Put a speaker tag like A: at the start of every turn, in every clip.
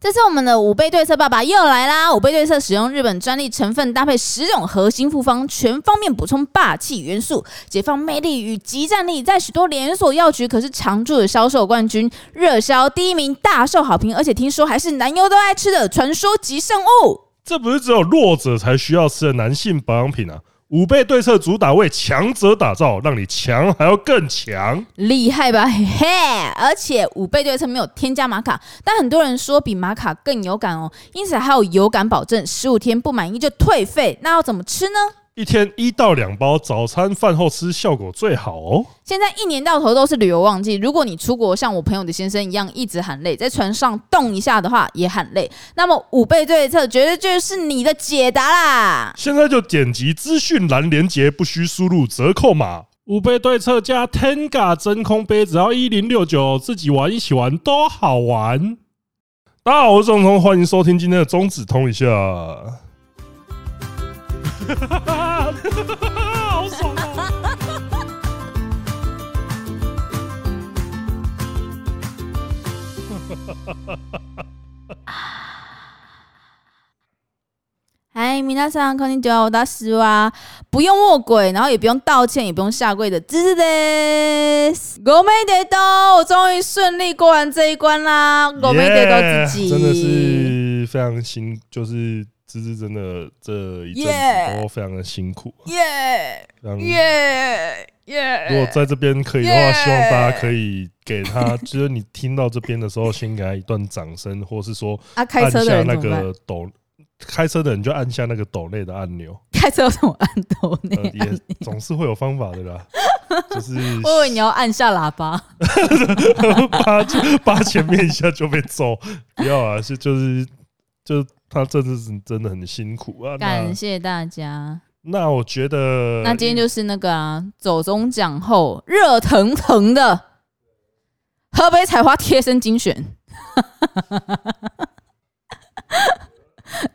A: 这次我们的五倍对策爸爸又来啦！五倍对策使用日本专利成分，搭配十种核心复方，全方面补充霸气元素，解放魅力与集战力，在许多连锁药局可是常驻的销售冠军，热销第一名，大受好评，而且听说还是男优都爱吃的传说级圣物。
B: 这不是只有弱者才需要吃的男性保养品啊！五倍对策主打为强者打造，让你强还要更强。
A: 厉害吧？嘿嘿！而且五倍对称没有添加玛卡，但很多人说比玛卡更有感哦，因此还有有感保证，十五天不满意就退费。那要怎么吃呢？
B: 一天一到两包，早餐饭后吃效果最好哦。
A: 现在一年到头都是旅游旺季，如果你出国像我朋友的先生一样一直喊累，在船上动一下的话也喊累，那么五倍对策绝对就是你的解答啦！
B: 现在就点击资讯栏连接，不需输入折扣码。五倍对策加 Tenga 真空杯，只要一零六九，自己玩一起玩都好玩。大家好，我是钟聪，欢迎收听今天的中指通一下。 好爽啊！
A: 嗨，皆さんこんにちは，我大师哇，不用卧轨，然后也不用道歉，也不用下跪的，滋滋的，Go m a d it 我终于顺利过完这一关啦，Go m a d it 自己，
B: 真的是非常辛，就是芝芝真的这一阵子
A: Yeah
B: 都非常的辛苦啊，
A: 耶
B: 非常
A: 耶耶！
B: 如果在这边可以的话，
A: Yeah
B: 希望大家可以给他，就是你听到这边的时候，先给他一段掌声，或是说
A: 啊，开
B: 按
A: 车的
B: 下
A: 人
B: 那
A: 怎么办？
B: 个抖，开车的人就按下那个抖内的按 钮，
A: 开车有什么按头呢
B: 呃，？也总是会有方法的 啦。就是
A: 我以为你要按下喇叭。
B: 扒扒前面一下就被揍，不要啊，是就是就是他这次是真的很辛苦啊。那
A: 感谢大家。
B: 那我觉得，
A: 那今天就是那个啊，走中奖后热腾腾的 河北采花贴身精选。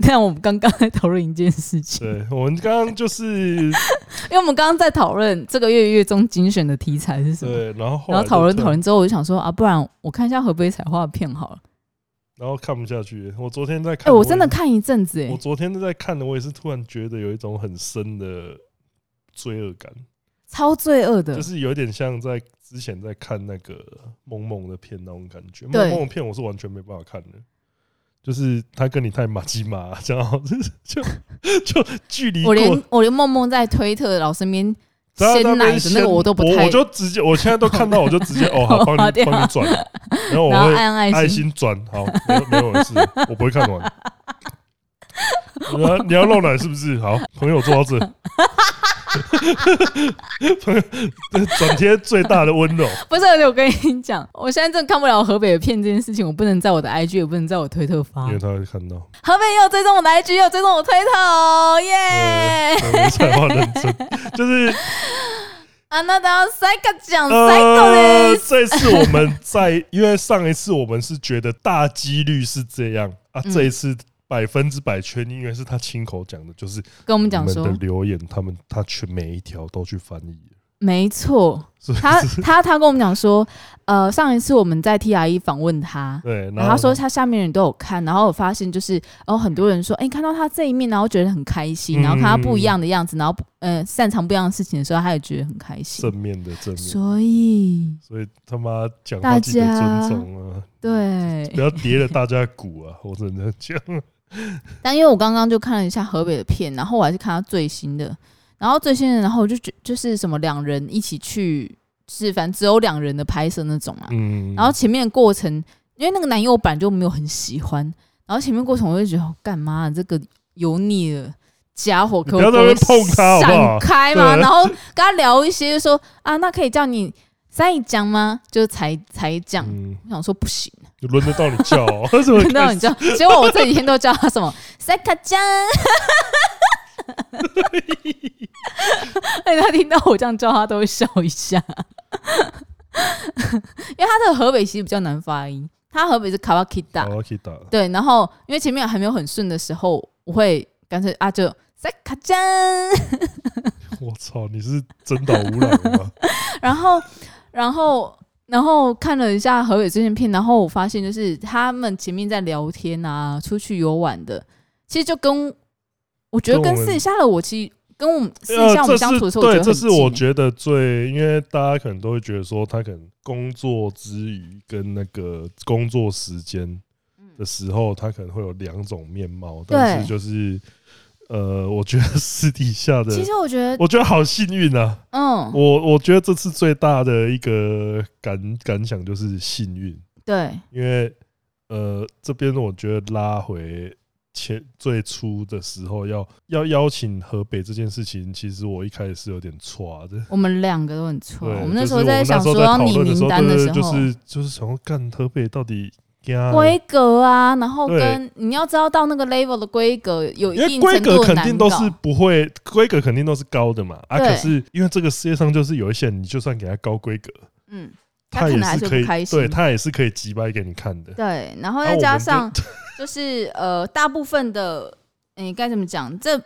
A: 但我们刚刚在讨论一件事情，
B: 对我们刚 刚就是
A: 因为我们刚刚在讨论这个月月中精选的题材是什么，
B: 对，然后后
A: 然
B: 来
A: 后
B: 就
A: 讨论
B: 突
A: 讨论之后，我就想说啊，不然我看一下河北采花的片好了。
B: 然后看不下去。我昨天在看，
A: 哎、我真的
B: 也是，
A: 看一阵子哎、
B: 我昨天在看的，我也是突然觉得有一种很深的罪恶感，
A: 超罪恶的
B: 就，是有点像在之前在看那个梦梦的片那种感觉。
A: 对
B: 梦梦的片我是完全没办法看的，就是他跟你太马鸡马，这样 就就就距离
A: 我
B: 过。啊
A: 连我连梦梦在推特老师面
B: 然后
A: 鲜
B: 他
A: 奶
B: 们
A: 的那个我都不
B: 我
A: 太
B: 我就直接，我现在都看到，我就直接哦， 好，帮
A: 划
B: 你
A: 掉
B: 帮你转，然后我
A: 然后
B: 会
A: 按爱心，
B: 爱心转好，没有没有事，我不会看完。你要你要露奶是不是？好，朋友做到这，朋友转贴最大的温柔。
A: 不是，我跟你讲，我现在真的看不了河北的片这件事情，我不能在我的 IG，也不能在我推特发
B: 因。为他会看到，
A: 河北也有追踪我的 IG，也有追踪我推特哦，耶！
B: 没才华认真，就是
A: 啊，那当赛个奖，赛个
B: 呃，
A: 的，
B: 这次我们在，因为上一次我们是觉得大几率是这样啊，
A: 嗯
B: 这一次百分之百确定，因为是他亲口讲的，就是
A: 跟我们
B: 你
A: 讲
B: 们
A: 说
B: 的，留言，他们他全每一条都去翻译，
A: 没错，
B: 是不
A: 他
B: 是？
A: 他他跟我们讲说，呃，上一次我们在 TRE 访问他。
B: 对，
A: 然后他说他下面人都有看，然后我发现就是，哦，很多人说，哎，看到他这一面，然后觉得很开心，然后看他不一样的样子，然后不呃擅长不一样的事情的时候，他也觉得很开心。
B: 正面的正面，
A: 所以，
B: 所以他妈讲话记得尊重啊，
A: 对，
B: 不要跌了大家鼓啊！我只能这样 讲，
A: 啊但因为我刚刚就看了一下河北的片，然后我还是看他最新的，然后最新的，然后我就觉就是什么两人一起去，是反正只有两人的拍摄那种嘛。啊
B: 嗯，
A: 然后前面的过程，因为那个男友版就没有很喜欢，然后前面过程我就觉得哦干嘛、这个油腻的家伙，可
B: 不要在那边碰他好不
A: 闪
B: 好
A: 开嘛。
B: 对
A: 然后跟他聊一些，就说啊，那可以叫你再讲吗？就是才才讲，
B: 嗯，
A: 我想说不行。
B: 轮得到你 叫哦， 为什么
A: 那你知道，结果我这几天都叫他什么 塞卡江，而且哎他听到我这样叫他都会笑一下， 因为他的河北其实比较难发音，他河北是卡哇 k i d
B: 打
A: a
B: 我可以打了，
A: 对，然后因为前面还没有很顺的时候，我会干脆啊就塞卡江，
B: 啊 我操，你是真岛无赖吗？
A: 然后然后然后看了一下河北这片片，然后我发现就是他们前面在聊天啊，出去游玩的，其实就跟我觉得
B: 跟
A: 跟
B: 我们
A: 私底下的我其实跟我们私底
B: 呃
A: 下，我
B: 这
A: 们相
B: 是
A: 处的时候，
B: 对，这是我
A: 得
B: 觉得最，因为大家可能都会觉得说，他可能工作之余跟那个工作时间
A: 嗯
B: 的时候，他可能会有两种面貌，但是就是呃，我觉得私底下的
A: 很，近欸其实我觉得，
B: 我觉得好幸运啊！
A: 嗯，
B: 我我觉得这次最大的一个感感想就是幸运，
A: 对，
B: 因为呃，这边我觉得拉回前最初的时候要，要邀请河北这件事情，其实我一开始是有点错的。
A: 我们两个都很错。
B: 对，
A: 我
B: 我
A: 们那
B: 时
A: 时候在想
B: 说
A: 说要拟
B: 的时
A: 名
B: 候，
A: 单的
B: 对
A: 时
B: 对，就
A: 候，
B: 是就是想要干河北到底干
A: 规格啊，然后
B: 对
A: 跟你要知道到那个 level 的规格有一
B: 因为
A: 定
B: 规
A: 程
B: 格
A: 度的
B: 肯
A: 难
B: 定都是
A: 搞
B: 不会，规格肯定都是高的嘛。啊，
A: 对
B: 可是因为这个世界上就是有一些人，你就算给他高规格，
A: 嗯，他
B: 他
A: 可
B: 也
A: 能还是
B: 可
A: 不开
B: 以，
A: 心
B: 对他也是可以击败给你看的。
A: 对，然后
B: 啊
A: 再
B: 我
A: 加
B: 们就
A: 上就是呃，大部分的诶该、怎么讲，这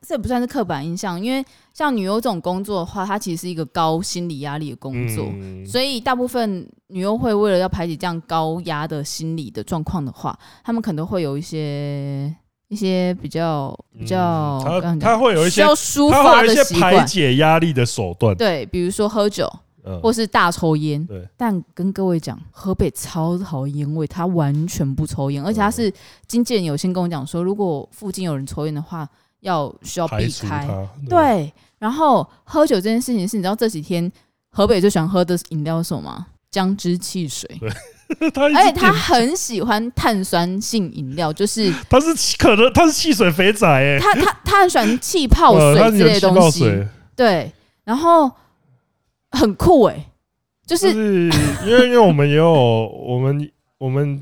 A: 这也不算是刻板印象，因为像女优这种工作的话，它其实是一个高心理压力的工作。
B: 嗯
A: 所以大部分女优会为了要排解这样高压的心理的状况的话，她们可能会有一些一些比较比较
B: 嗯，
A: 该怎么
B: 他
A: 讲
B: 他会有一
A: 需
B: 些
A: 要抒
B: 他
A: 发
B: 会有
A: 的
B: 一些
A: 习
B: 排
A: 惯，
B: 解压力的手段，
A: 对，比如说喝酒
B: 嗯，
A: 或是大抽烟。
B: 对，
A: 但跟各位讲，河北超讨厌烟味，他完全不抽烟，而且他
B: 嗯
A: 是经纪人有先跟我讲说，如果附近有人抽烟的话，要需要
B: 排
A: 避
B: 除
A: 开。
B: 他。
A: 对，然后喝酒这件事情是，你知道这几天河北最喜欢喝的饮料是什么吗？姜汁汽水，
B: 对，他一
A: 而且
B: 直
A: 他
B: 哎点
A: 很喜欢碳酸性饮 料，就是
B: 他是可能他是汽水肥仔哎，
A: 他他他很喜欢气泡
B: 呃他
A: 水之
B: 是有
A: 类的
B: 气
A: 东
B: 泡
A: 西，
B: 水，
A: 对，然后很酷哎、就是
B: 就是因为因为我们也有我们我们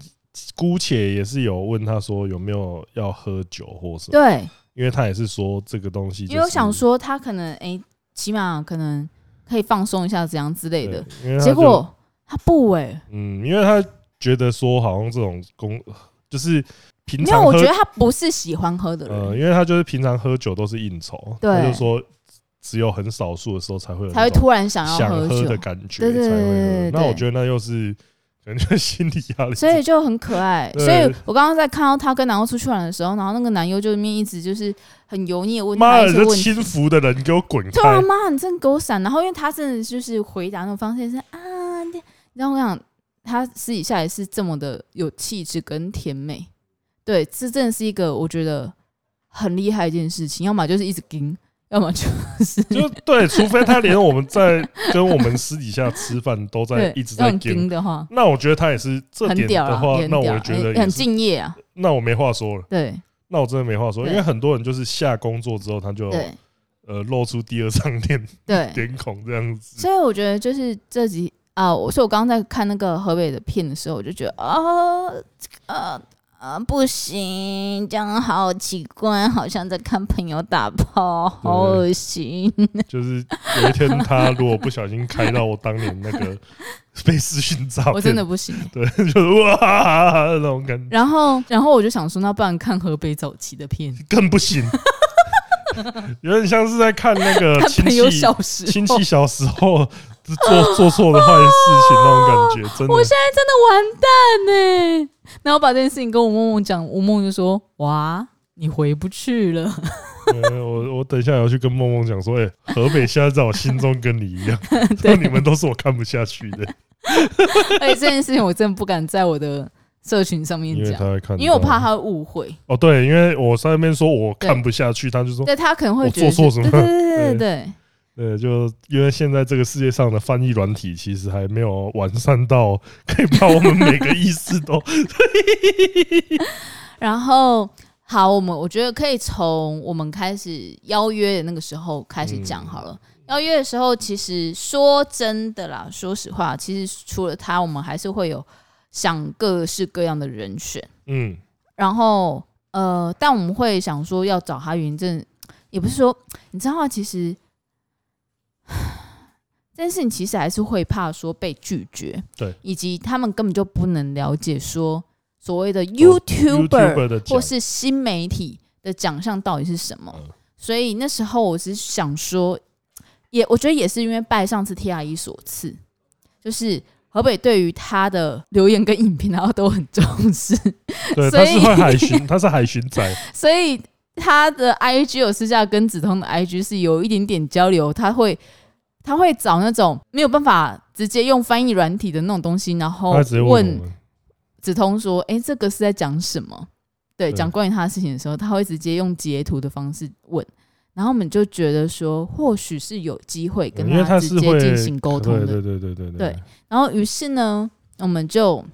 B: 姑且也是有问他说有没有要喝酒或什么，
A: 对，
B: 因为他也是说这个东西就是，
A: 因为我想说他可能诶，起码可能可以放松一下，怎样之类的。
B: 因为他就
A: 结果他不欸诶，
B: 嗯，因为他觉得说好像这种工就是平
A: 没有，
B: 常
A: 我
B: 喝
A: 觉得他不是喜欢喝的
B: 呃，
A: 人，
B: 因为他就是平常喝酒都是应酬，
A: 对
B: 他就说只有很少数的时候才会有
A: 才会
B: 那种
A: 突然想要
B: 想
A: 喝
B: 喝
A: 酒
B: 的，感觉，
A: 对对
B: 才会
A: 对对
B: 喝。那我
A: 对
B: 觉得那又是感觉心理压力，
A: 所以就很可爱。
B: 对
A: 所以我刚刚在看到他跟男优出去玩的时候，然后那个男优就面一直就是很油腻的问
B: 妈
A: 他一
B: 的，你
A: 些
B: 这
A: 问
B: 轻
A: 题。
B: 浮的人，你给我滚
A: 对啊，
B: 开！
A: 妈，你真给我闪！然后因为他真的就是回答那种方式是啊，你然后我想他私底下也是这么的有气质跟甜美，对，这真的是一个我觉得很厉害的一件事情。要么就是一直盯，要么就是
B: 就对，除非他连我们在跟我们私底下吃饭都在
A: 对
B: 一直
A: 要
B: 在
A: 很
B: 跟
A: 盯，的话，
B: 那我觉得他也是这
A: 很
B: 点
A: 屌
B: 的
A: 啦，
B: 话
A: 也，
B: 那
A: 很屌
B: 我觉得
A: 也
B: 也
A: 很
B: 是，
A: 敬业啊。
B: 那我没话说了，
A: 对
B: 那我真的没话说，
A: 对
B: 因为很多人就是下工作之后他就
A: 对
B: 呃露出第二张脸
A: 对，
B: 脸孔这样子。
A: 所以我觉得就是这集啊，我所以我刚刚在看那个河北的片的时候，我就觉得啊，呃呃，不行，这样好奇怪，好像在看朋友打炮，好恶心。
B: 就是有一天他如果不小心开到我当年那 个被私讯诈骗，
A: 我真的不行。
B: 对， 就是哇那种感觉
A: 然后，然后我就想说，那不然看河北早期的片，
B: 更 不行，有点像是在看那个
A: 看
B: 亲
A: 朋友
B: 戚
A: 小时
B: 亲
A: 候
B: 戚。小时候做做错的坏事情那种 感觉，真
A: 我现
B: 的。
A: 在真的完蛋呢、然后把这件事情跟我梦梦讲，我梦就说：“哇，你回不去了。”
B: 呃我我等一下要去跟梦梦讲说，哎，河北现在在我心中跟你 一样，说 你们都是我看不下去的，
A: 而哎且这件事情我真的不敢在我的社群上面
B: 因为
A: 讲
B: 他，会看到，
A: 因为我怕他会误会，
B: 哦，对，因为我在那边说我
A: 对
B: 看不下去，他就说
A: 对他可能会
B: 我
A: 觉得
B: 做
A: 是
B: 错什么
A: 对对对对
B: 对
A: 对
B: 对，就因为现在这个世界上的翻译软体其实还没有完善到可以把我们每个意思都
A: 对。然后好，我们我觉得可以从我们开始邀约的那个时候开始讲好
B: 嗯
A: 了。邀约的时候，其实说真的啦，说实话，其实除了他，我们还是会有想各式各样的人选。
B: 嗯，
A: 然后呃，但我们会想说要找他原因，真的也不是说你知道吗？其实 这件事情其实还是会怕说被拒绝，
B: 对，
A: 以及他们根本就不能了解说所谓的
B: 哦 YouTuber
A: YouTuber
B: 的
A: 或
B: 讲
A: 是新媒体的奖项到底是什么
B: 嗯。
A: 所以那时候我是想说，也我觉得也是因为拜上次 T R E 所赐，就是河北对于他的留言跟影评，然后都很重视，
B: 对，
A: 所
B: 他
A: 以
B: 是会海 巡，他是海巡仔，
A: 所以他的 IG 有私下跟梓潼的 IG 是有一点点交流，他会他会找那种没有办法直接用翻译软体的那种东西，然后
B: 他直接问我
A: 问
B: 们，嗯
A: 梓潼说：“哎、这个是在讲什么？”对，
B: 对
A: 讲关于他的事情的时候，他会直接用截图的方式问，然后我们就觉得说，或许是有机会跟
B: 因为他
A: 直
B: 是
A: 接
B: 会
A: 进行沟通的。
B: 对对对对对
A: 对然后，于是呢，我们就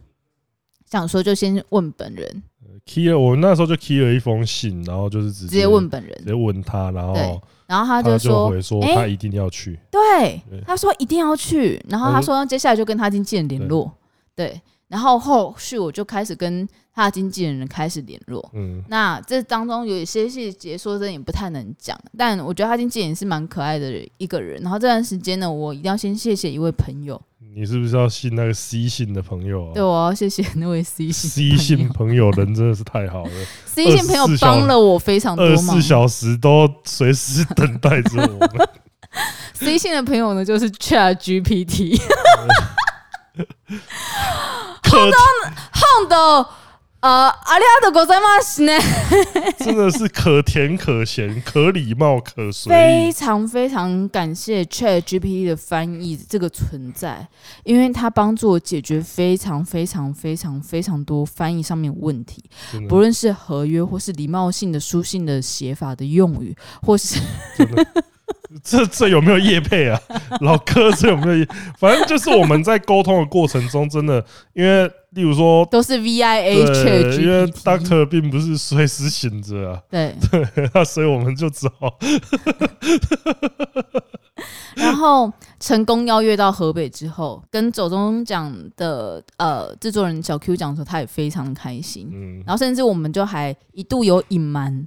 A: 想说，就先问本人，
B: key 了，我那时候就 key 了一封信，然后就是直
A: 直接问本
B: 直
A: 人，
B: 接问他，然后
A: 对然后他
B: 就
A: 就说
B: 回说
A: 哎
B: 他一定要去，：“
A: 对
B: 对，
A: 他说一定要去。”然后他说，接下来就跟他经纪人联络，对。然后后续我就开始跟他的经纪人开始联络，
B: 嗯，
A: 那这当中有一些细节，说真的也不太能讲，但我觉得他经纪人也是蛮可爱的一个人。然后这段时间呢，我一定要先谢谢一位朋友，
B: 你是不是要信那个 C 信的朋友啊？
A: 对我要谢谢那位 C 姓
B: C 信朋友人真的是太好了，
A: C 姓朋友帮了我非常
B: 二
A: 多
B: 十
A: 忙
B: 四。小时都随时等待着我们。
A: C 姓的朋友呢，就是 Chat GPT
B: 客
A: 用的。呃，阿里亚的国在吗？是呢，
B: 真的是可甜可咸，可礼貌可随
A: 非
B: 意。
A: 常非常感谢 Chat GPT 的翻译这个存在，因为它帮助我解决非常非常非常非常多翻译上面的问题。
B: 真
A: 不
B: 的，
A: 论是合约，或是礼貌性的书信的写法的用语，或是
B: 真的。这这有没有业配啊？老哥，这有没有业？反正就是我们在沟通的过程中，真的，因为例如说
A: 都是 V I A
B: 对，因为
A: Chat GPT。
B: Doctor 并不是随时醒着啊，
A: 对，
B: 那所以我们就只好
A: 然后成功邀约到河北之后，跟走中奖的呃制作人小 Q 讲说，他也非常开心。
B: 嗯，
A: 然后甚至我们就还一度有隐瞒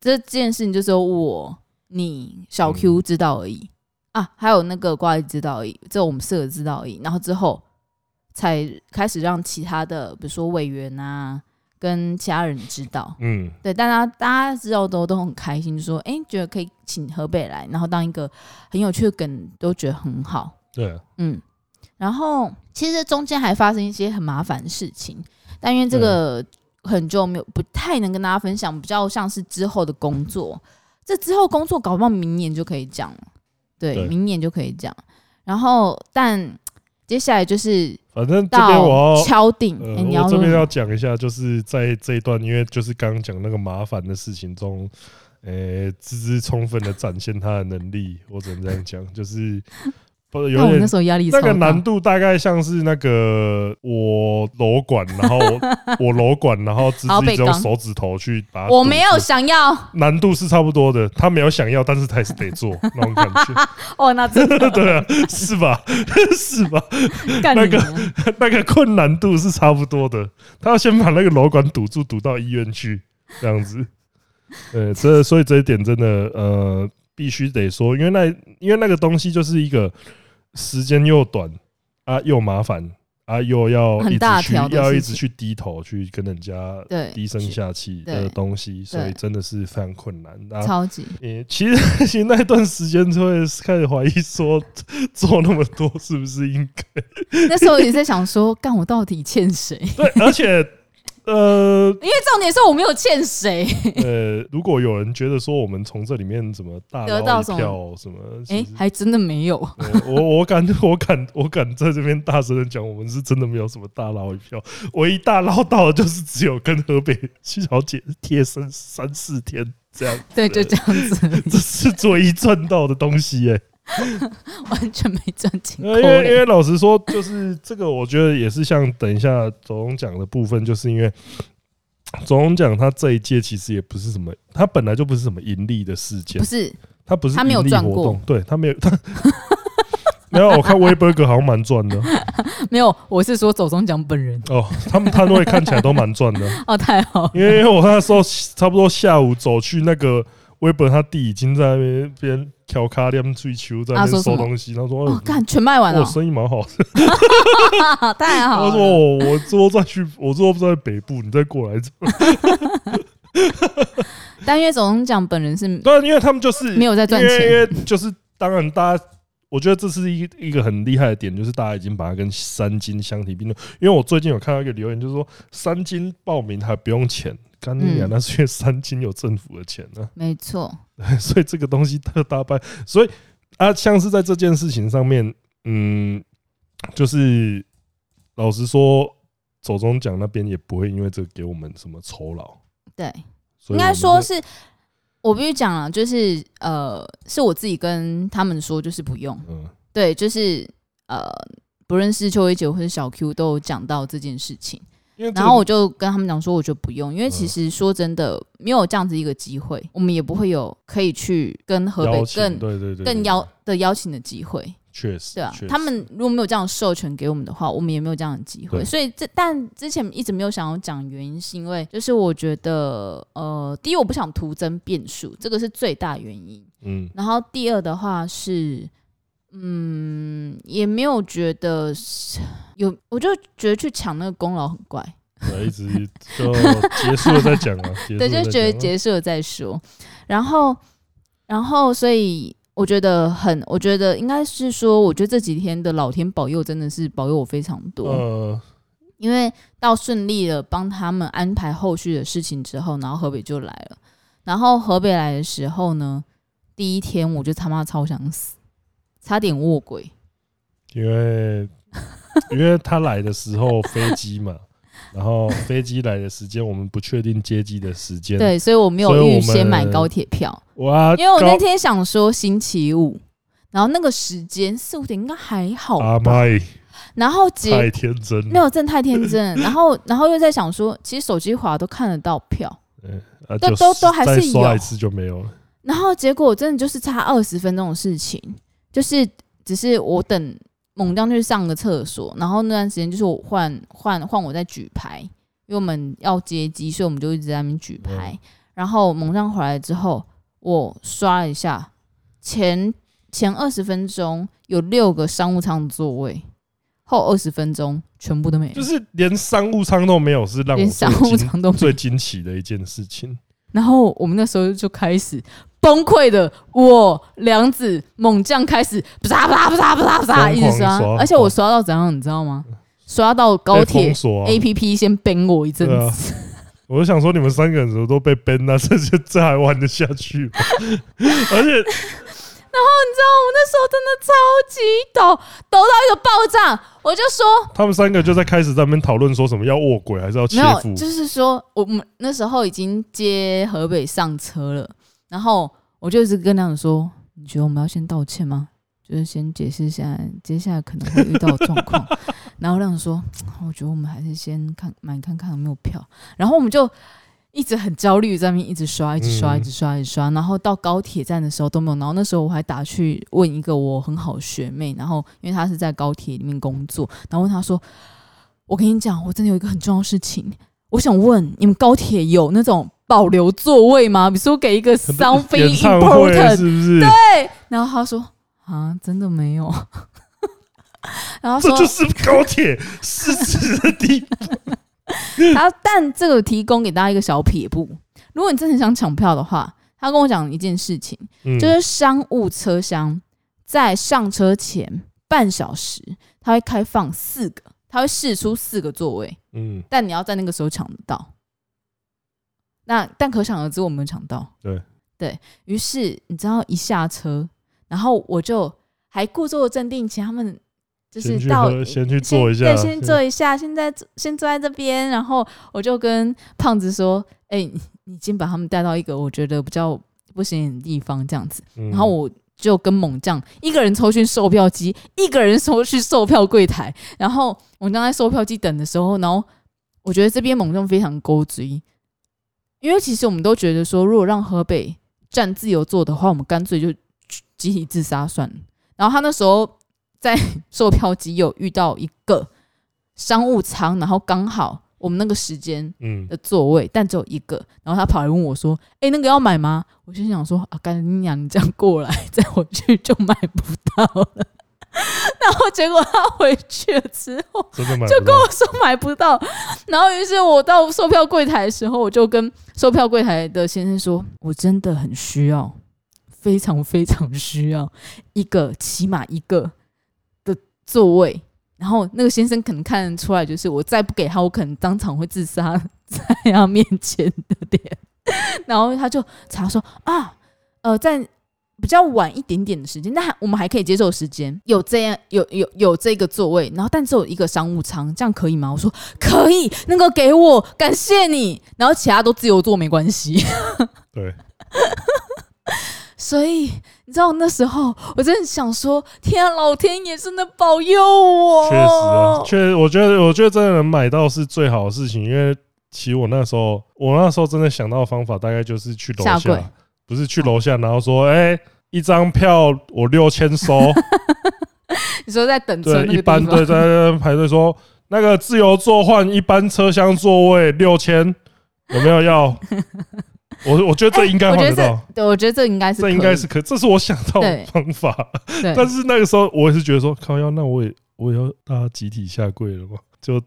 A: 这件事情，就只有我、你、小 Q 知道而已、啊，还有那个瓜子知道而已，只有我们四个知道而已。然后之后才开始让其他的，比如说委员啊，跟其他人知道。
B: 嗯，
A: 对，大家大家知道都都很开心，就说哎、诶觉得可以请河北来，然后当一个很有趣的梗，都觉得很好。
B: 对，
A: 嗯，然后其实中间还发生一些很麻烦的事情，但因为这个很久没有，不太能跟大家分享，比较像是之后的工作。这之后工作搞不好明年就可以讲了，对，
B: 对
A: 明年就可以讲。然后，但接下来就是
B: 反正这边我
A: 到
B: 要。
A: 敲定，
B: 呃
A: 诶，你
B: 我
A: 要
B: 这
A: 说
B: 边
A: 什么
B: 要讲一下，就是在这一段，因为就是刚刚讲那个麻烦的事情中，呃，芝芝充分的展现她的能力，我只能这样讲，就是不有
A: 但我
B: 点
A: 那时候压力
B: 那
A: 超
B: 个
A: 大
B: 难度大概像是那个我楼管，然后我 我楼管，然后只
A: 好
B: 是
A: 被
B: 一直用
A: 刚
B: 手指头去把它
A: 我
B: 堵
A: 没有
B: 住
A: 想要
B: 难度是差不多的，他没有想要，但是他还是得做那种感觉，
A: 哦，那真的
B: 对啊，是吧？ 是吧？
A: 干
B: 那
A: 你
B: 个
A: 娘！
B: 那个困难度是差不多的，他要先把那个楼管堵住，堵到医院去，这样子。 呃，这所以这一点真的呃，必须得说，因为那因为那个东西就是一个时间又短啊，又麻烦啊，又要
A: 很
B: 一直
A: 大
B: 去
A: 条的
B: 要
A: 事
B: 一直
A: 情
B: 去低头去跟人家
A: 对，
B: 低声下气的
A: 对
B: 东西，所以
A: 对
B: 真的是非常困难啊。
A: 超 级
B: 诶、其实其实那段时间就会开始怀疑说，做那么多是不是应该？
A: 那时候也在想说，干我到底欠谁？
B: 对，而且呃
A: 因为重点是我没有欠谁。
B: 呃，如果有人觉得说我们从这里面怎么大
A: 得
B: 捞
A: 到
B: 一
A: 什么
B: 票什么，
A: 哎、
B: 其实
A: 还真的没有。
B: 呃我我敢我敢我敢在这边大声的讲，我们是真的没有什么大捞一票，唯一大捞到的就是只有跟河北七小姐贴身三四天这样，
A: 对，就这样子，
B: 这是唯一赚到的东西耶、
A: 完全没赚 进口
B: 呃，因为因
A: 嘞。
B: 为老实说，就是这个，我觉得也是像等一下总奖的部分，就是因为总奖他这一届其实也不是什么，他本来就不是什么盈利的事件
A: 不，是，
B: 他不是
A: 他没有
B: 盈利
A: 赚
B: 活
A: 过
B: 动，对他没有他。 没有，我看微博哥好像蛮赚的
A: 没有，我是说走中奖本人。
B: 哦，他们摊位看起来都蛮赚的，
A: 哦，太好 了，
B: 因为因为我那时候差不多下午走去那个微博，他弟已经在那边调卡亮追求，在那
A: 他
B: 边
A: 啊说什么
B: 收东西，他说：“
A: 哦
B: 哎，
A: 干全卖完
B: 我
A: 了，哦
B: 生意蛮好的。”
A: 太好
B: 他
A: 了。
B: 说我我之后再去，我之后在北部，你再过来。
A: 但因为走中奖本人是
B: 对啊，因为他们就是
A: 没有在赚
B: 因为因
A: 钱，
B: 为就是当然大家我觉得这是一一个很厉害的点，就是大家已经把它跟三金相提并论。因为我最近有看到一个留言，就是说三金报名还不用钱，干你娘！
A: 嗯
B: 那是因为三金有政府的钱呢、
A: 没错，
B: 所以这个东西特大败。所以啊，像是在这件事情上面，嗯，就是老实说，走中奖那边也不会因为这个给我们什么酬劳。
A: 对，
B: 所
A: 应
B: 以
A: 该
B: 我们
A: 说
B: 会
A: 是我必须讲了，就是呃，是我自己跟他们说，就是不用。
B: 嗯，
A: 对，就是呃，不论是秋薇姐或者小 Q 都有讲到这件事情，
B: 因为这个嗯
A: 然后我就跟他们讲说，我觉得不用，因为其实说真的，没有这样子一个机会，我们也不会有可以去跟河北
B: 邀请
A: 更
B: 对对对
A: 更
B: 对
A: 邀的邀请的机会。
B: 确实
A: 对啊
B: 确，
A: 他
B: 实
A: 们如果没有这样的授权给我们的话，我们也没有这样的机会。
B: 对
A: 所以这但之前一直没有想要讲原因，是因为就是我觉得呃，第一我不想徒增变数，这个是最大原因。
B: 嗯
A: 然后第二的话是，嗯，也没有觉得是有，我就觉得去抢那个功劳很怪，
B: 对，一直就结束了再讲啊，结束
A: 对，
B: 了
A: 就
B: 再
A: 觉得
B: 讲啊
A: 结束了再说。然后，然后，所以我觉得很，我觉得应该是说，我觉得这几天的老天保佑真的是保佑我非常多，
B: 呃，
A: 因为到顺利了帮他们安排后续的事情之后，然后河北就来了。然后河北来的时候呢，第一天我就他妈超想死，差点卧轨。
B: 因为因为他来的时候飞机嘛，然后飞机来的时间我们不确定接机的时间，
A: 对，所以我没有
B: 所以我
A: 预先买
B: 们
A: 高铁票，
B: 哇，
A: 因为我
B: 高
A: 那天想说星期五，然后那个时间四五点应该还好
B: 阿
A: 吧。
B: 啊妈也
A: 然后结
B: 太天真
A: 没
B: 了，
A: 有，真的太天真了。然后，然后又在想说，其实手机滑都看得到票。
B: 啊
A: 都
B: 就
A: 都都还
B: 再
A: 是
B: 刷
A: 有
B: 一次就没有了。
A: 然后结果真的就是差二十分钟的事情，就是只是我等猛将去上个厕所，然后那段时间就是我换换换我在举牌，因为我们要接机，所以我们就一直在那边举牌。然后猛将回来之后，我刷了一下，前前二十分钟有六个商务舱的座位，后二十分钟全部都没
B: 就
A: 有，
B: 是连商务舱都没有，是让我
A: 连商务
B: 最惊
A: 舱都没有
B: 最。惊奇的一件事情。
A: 然后我们那时候就开始崩溃的，我梁子猛将开始啊啪啪啪啪啪啪
B: 疯狂
A: 啊一直刷
B: 刷，
A: 而且我刷到怎样，你知道吗？刷到高
B: 被
A: 铁
B: 封锁啊
A: A P P 先 ban 我一阵
B: 对啊
A: 子，
B: 我就想说，你们三个人怎么都被 ban 了、这些这还玩得下去吗？而且
A: 你知道我那时候真的超级抖，抖到一个爆炸，我就说
B: 他们三个就在开始在那边讨论说什么要卧轨还是要
A: 没
B: 切腹
A: 有，，就是说我们那时候已经接河北上车了，然后我就一直跟他们说，你觉得我们要先道歉吗？就是先解释一下接下来可能会遇到的状 况，然后让人说，嗯我觉得我们还是先看买看看有没有票，然后我们就一直很焦虑，在那边一直刷，一直刷，
B: 嗯
A: 一直刷，一直刷，然后到高铁站的时候都没有，然后那时候我还打去问一个我很好的学妹，然后因为她是在高铁里面工作，然后问她说，我跟你讲，我真的有一个很重要的事情，我想问你们高铁有那种保留座位吗？比如说给一个 something
B: 演唱会
A: important 啊
B: 是不是？
A: 然后他说啊，真的没有。 然后
B: 这
A: 说
B: 就是高铁失职的 地方。
A: 他，但这个提供给大家一个小撇步，如果你真的很想抢票的话，他跟我讲一件事情，
B: 嗯
A: 就是商务车厢在上车前半小时，他会开放四个，他会试出四个座位，
B: 嗯，
A: 但你要在那个时候抢得到。那但可想而知，我没有抢到。
B: 对
A: 对于是，你知道一下车，然后我就还故作镇定，请他们就
B: 先
A: 是
B: 去
A: 到
B: 喝，先去
A: 先
B: 坐一下，
A: 对，先坐一下，现在先坐在这边，然后我就跟胖子说：“哎、你你先把他们带到一个我觉得比较不显眼的地方，这样子。”
B: 嗯。
A: 然后我就跟猛将一个人抽去售票机，一个人抽去售票柜台。然后我刚在售票机等的时候，然后我觉得这边猛将非常勾追，因为其实我们都觉得说，如果让河北占自由座的话，我们干脆就集体自杀算了。然后他那时候在售票机有遇到一个商务舱，然后刚好我们那个时间
B: 嗯，
A: 的座位，但只有一个。然后他跑来问我说：“哎、那个要买吗？”我心想说：“啊，干你娘！你这样过来，再回去就买不到了。” 然后结果他回去了之后，
B: 真的买不 到。
A: 我说买不到。然后于是我到售票柜台的时候，我就跟售票柜台的先生说：“我真的很需要，非常非常需要一个起码一个的座位。然后那个先生可能看得出来，就是我再不给他，我可能当场会自杀在他面前的点。 然后他就查说啊，呃，在比较晚一点点的时间，那还我们还可以接受时间，有这样有有有这个座位，然后但只有一个商务舱，这样可以吗？我说可以，那个给我，感谢你。然后其他都自由坐没关系。
B: 对，
A: 所以你知道那时候，我真的想说，天、啊，老天爷真的保佑我。
B: 确实
A: 哦
B: 啊，确实，我觉得我觉得真的能买到是最好的事情，因为其实我那时候我那时候真的想到的方法大概就是去楼
A: 下跪
B: 下，不是去楼下，然后说哎、一张票我六千收，
A: 你说在等车
B: 对，
A: 那个
B: 一
A: 地
B: 般对
A: 方，
B: 在那边排队说那个自由座换一般车厢座位六千，有没有要？我我觉得这应
A: 哎
B: 该
A: 我
B: 换
A: 觉
B: 得
A: 得
B: 到
A: 这，，对，我觉得这应该是
B: 这
A: 可以，
B: 应该是可，这是我想到的
A: 对
B: 方法。
A: 对，
B: 但是那个时候我也是觉得说，靠腰，那我也我也要大家集体下跪了嘛？就，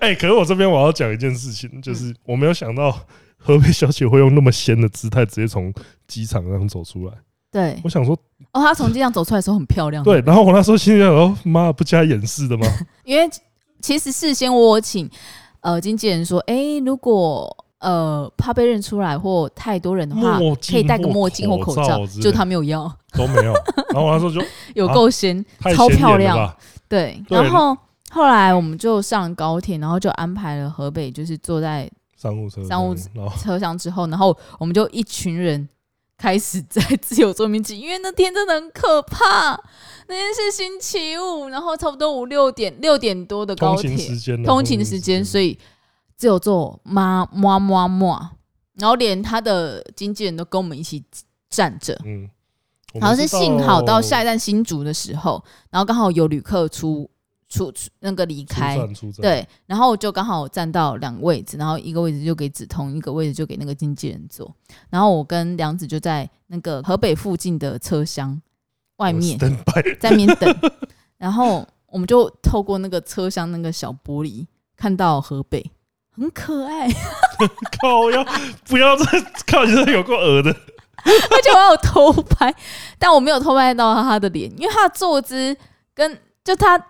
B: 哎、可是我这边我要讲一件事情，就是我没有想到河北小姐会用那么仙的姿态，直接从机场上走出来。
A: 对
B: 我想说，
A: 哦，他从机场走出来的时候很漂亮，
B: 对，，然后我那时候心里想说，妈，不加掩饰 的吗？
A: 因为其实事先我有请呃经纪人说，哎、如果呃怕被认出来或太多人的话
B: 墨，
A: 可以
B: 镜
A: 戴个
B: 或
A: 墨镜或
B: 口
A: 口
B: 罩
A: 罩，
B: 之类
A: 就他没有要，
B: 都没有。然后我那时候就
A: 有
B: 啊
A: 够仙，
B: 太
A: 超
B: 显
A: 漂
B: 眼了
A: 亮，
B: 吧，
A: 对，
B: 对
A: 然后后来我们就上高铁，然后就安排了河北，就是坐在
B: 商务车，
A: 商务
B: 然后
A: 车厢之后，然后我们就一群人开始在自由座面挤，因为那天真的很可怕。那天是星期五，然后差不多五六点六点多的高
B: 通勤
A: 铁
B: 时间啊，
A: 通勤时间，所以自由座妈妈妈妈，然后连他的经纪人都跟我们一起站着。
B: 嗯，我们哦
A: 好像是幸好到下一
B: 一
A: 站新竹的时候，然后刚好有旅客出出出那个离开，
B: 出站出站，
A: 对，然后我就刚好站到两位置，然后一个位置就给梓潼，一个位置就给那个经纪人坐。然后我跟梁子就在那个河北附近的车厢外面
B: s t
A: 在那边等， 然后我们就透过那个车厢那个小玻璃看到河北，很可爱， 而
B: 靠要不要再靠你这有够恶的，
A: 且我还有偷拍，但我没有偷拍到他的脸，因为他的坐姿跟就他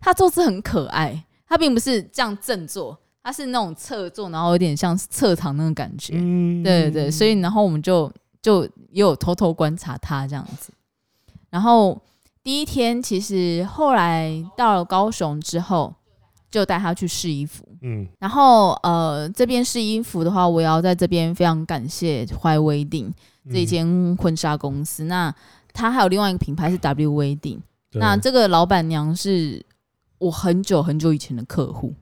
A: 他坐姿很可爱，他并不是这样正坐。他是那种侧坐，然后有点像侧躺那种感觉，
B: 嗯，
A: 对对，所以然后我们就就也有偷偷观察他这样子。然后第一天，其实后来到了高雄之后，就带他去试衣服。
B: 嗯，
A: 然后呃，这边试衣服的话，我也要在这边非常感谢怀威定这
B: 嗯
A: 间婚纱公司。那他还有另外一个品牌是 W 威定，
B: 对
A: 那这个老板娘是我很久很久以前的客户，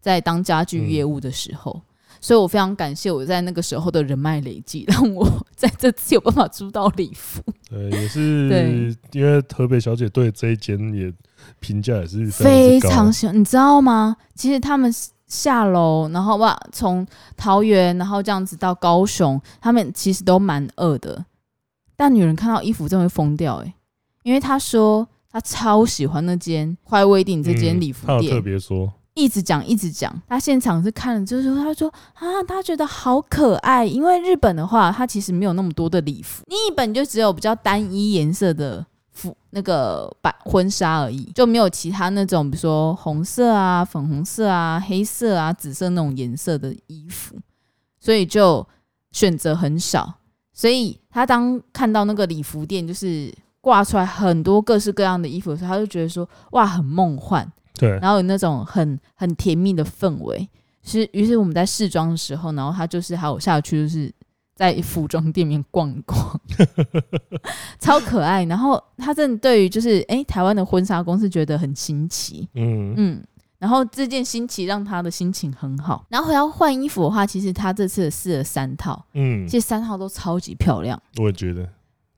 A: 在当家
B: 嗯
A: 具业务的时候，所以我非常感谢我在那个时候的人脉累积， 让我在这次有办法租到礼服，
B: 对也是
A: 对
B: 因为河北小姐对这一间也评价也是
A: 非
B: 之高嗯
A: 常喜欢，你知道吗？其实他们下楼，然后哇，从桃园，然后这样子到高雄，他们其实都蛮饿的，但女人看到衣服真的会疯掉诶、欸因为她说她超喜欢那间快威定这间
B: 嗯
A: 礼服
B: 她有
A: 店，
B: 特别说，
A: 一直讲一直讲，他现场是看了，就是他说啊，他觉得好可爱，因为日本的话，它其实没有那么多的礼服，你日本就只有比较单一颜色的服那个白婚纱而已，就没有其他那种比如说红色啊、粉红色啊、黑色啊、紫色那种颜色的衣服，所以就选择很少。所以他当看到那个礼服店就是挂出来很多各式各样的衣服的时候，他就觉得说哇，很梦幻。
B: 对，
A: 然后有那种很很甜蜜的氛围。是，于是我们在试妆的时候，然后他就是还有下去，就是在服装店面逛 一逛，超可爱。然后他真的对于就是诶台湾的婚纱公司觉得很新奇，
B: 嗯，
A: 嗯。然后这件新奇让他的心情很好。然后要换衣服的话，其实他这次试了三套，
B: 嗯，
A: 其实三套都超级漂亮。
B: 我也觉得，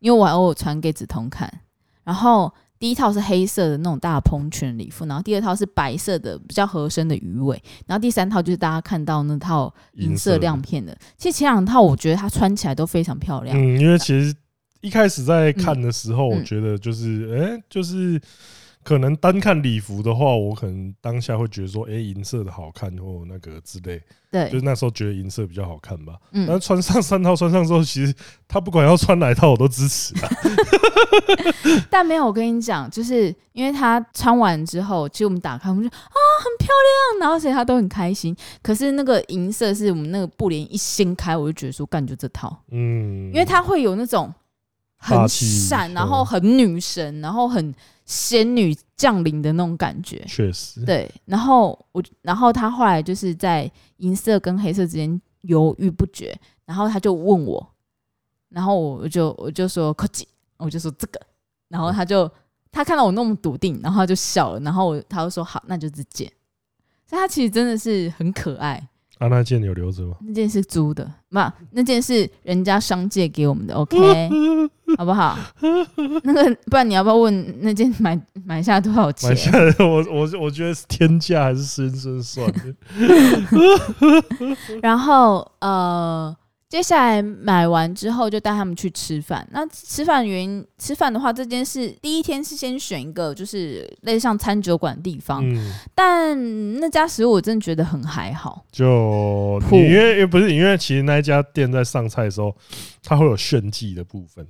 A: 因为我还偶尔传给梓潼看。然后第一套是黑色的那种大蓬裙礼服，然后第二套是白色的比较合身的鱼尾，然后第三套就是大家看到那套银色亮片的。其实前两套我觉得它穿起来都非常漂
B: 嗯
A: 亮，
B: 嗯，因为其实一开始在看的时候，
A: 嗯
B: 我觉得就是，哎、就是可能单看礼服的话，我可能当下会觉得说，哎、银色的好看或那个之类，就
A: 对
B: 是，那时候觉得银色比较好看吧。但
A: 嗯
B: 是，穿上三套，穿上之后，其实他不管要穿哪一套，我都支持 啊。
A: 但没有，我跟你讲，就是因为他穿完之后，其实我们打开，我们就啊，很漂亮，然后所以他都很开心。可是那个银色是我们那个布帘一掀开，我就觉得说，干就这套，
B: 嗯，
A: 因为它会有那种
B: 霸
A: 很
B: 气
A: 闪，
B: 嗯
A: 然后很女神，然后很仙女降临的那种感觉。
B: 确实，
A: 对，然后我，然后他后来就是在银色跟黑色之间犹豫不决，然后他就问我，然后我就我就说科技，我就说这个，然后他就他看到我那么笃定，然后他就笑了，然后我他就说好，那就这件。所以他其实真的是很可爱，
B: 啊，那件有留着吗？
A: 那件是租的，不，那件是人家商界给我们的，OK，好不好？那个，不然你要不要问那件买买下多少钱
B: 买？下来， 我我我觉得是天价还是深深算 的。
A: 然后呃，接下来买完之后就带他们去吃饭。那吃饭原因，吃饭的话，这件事第一天是先选一个就是类似像餐酒馆的地方，
B: 嗯，
A: 但那家食物我真的觉得很还好。
B: 就
A: 普
B: 你因为因为不是因为其实那一家店在上菜的时候，它会有炫技的部分，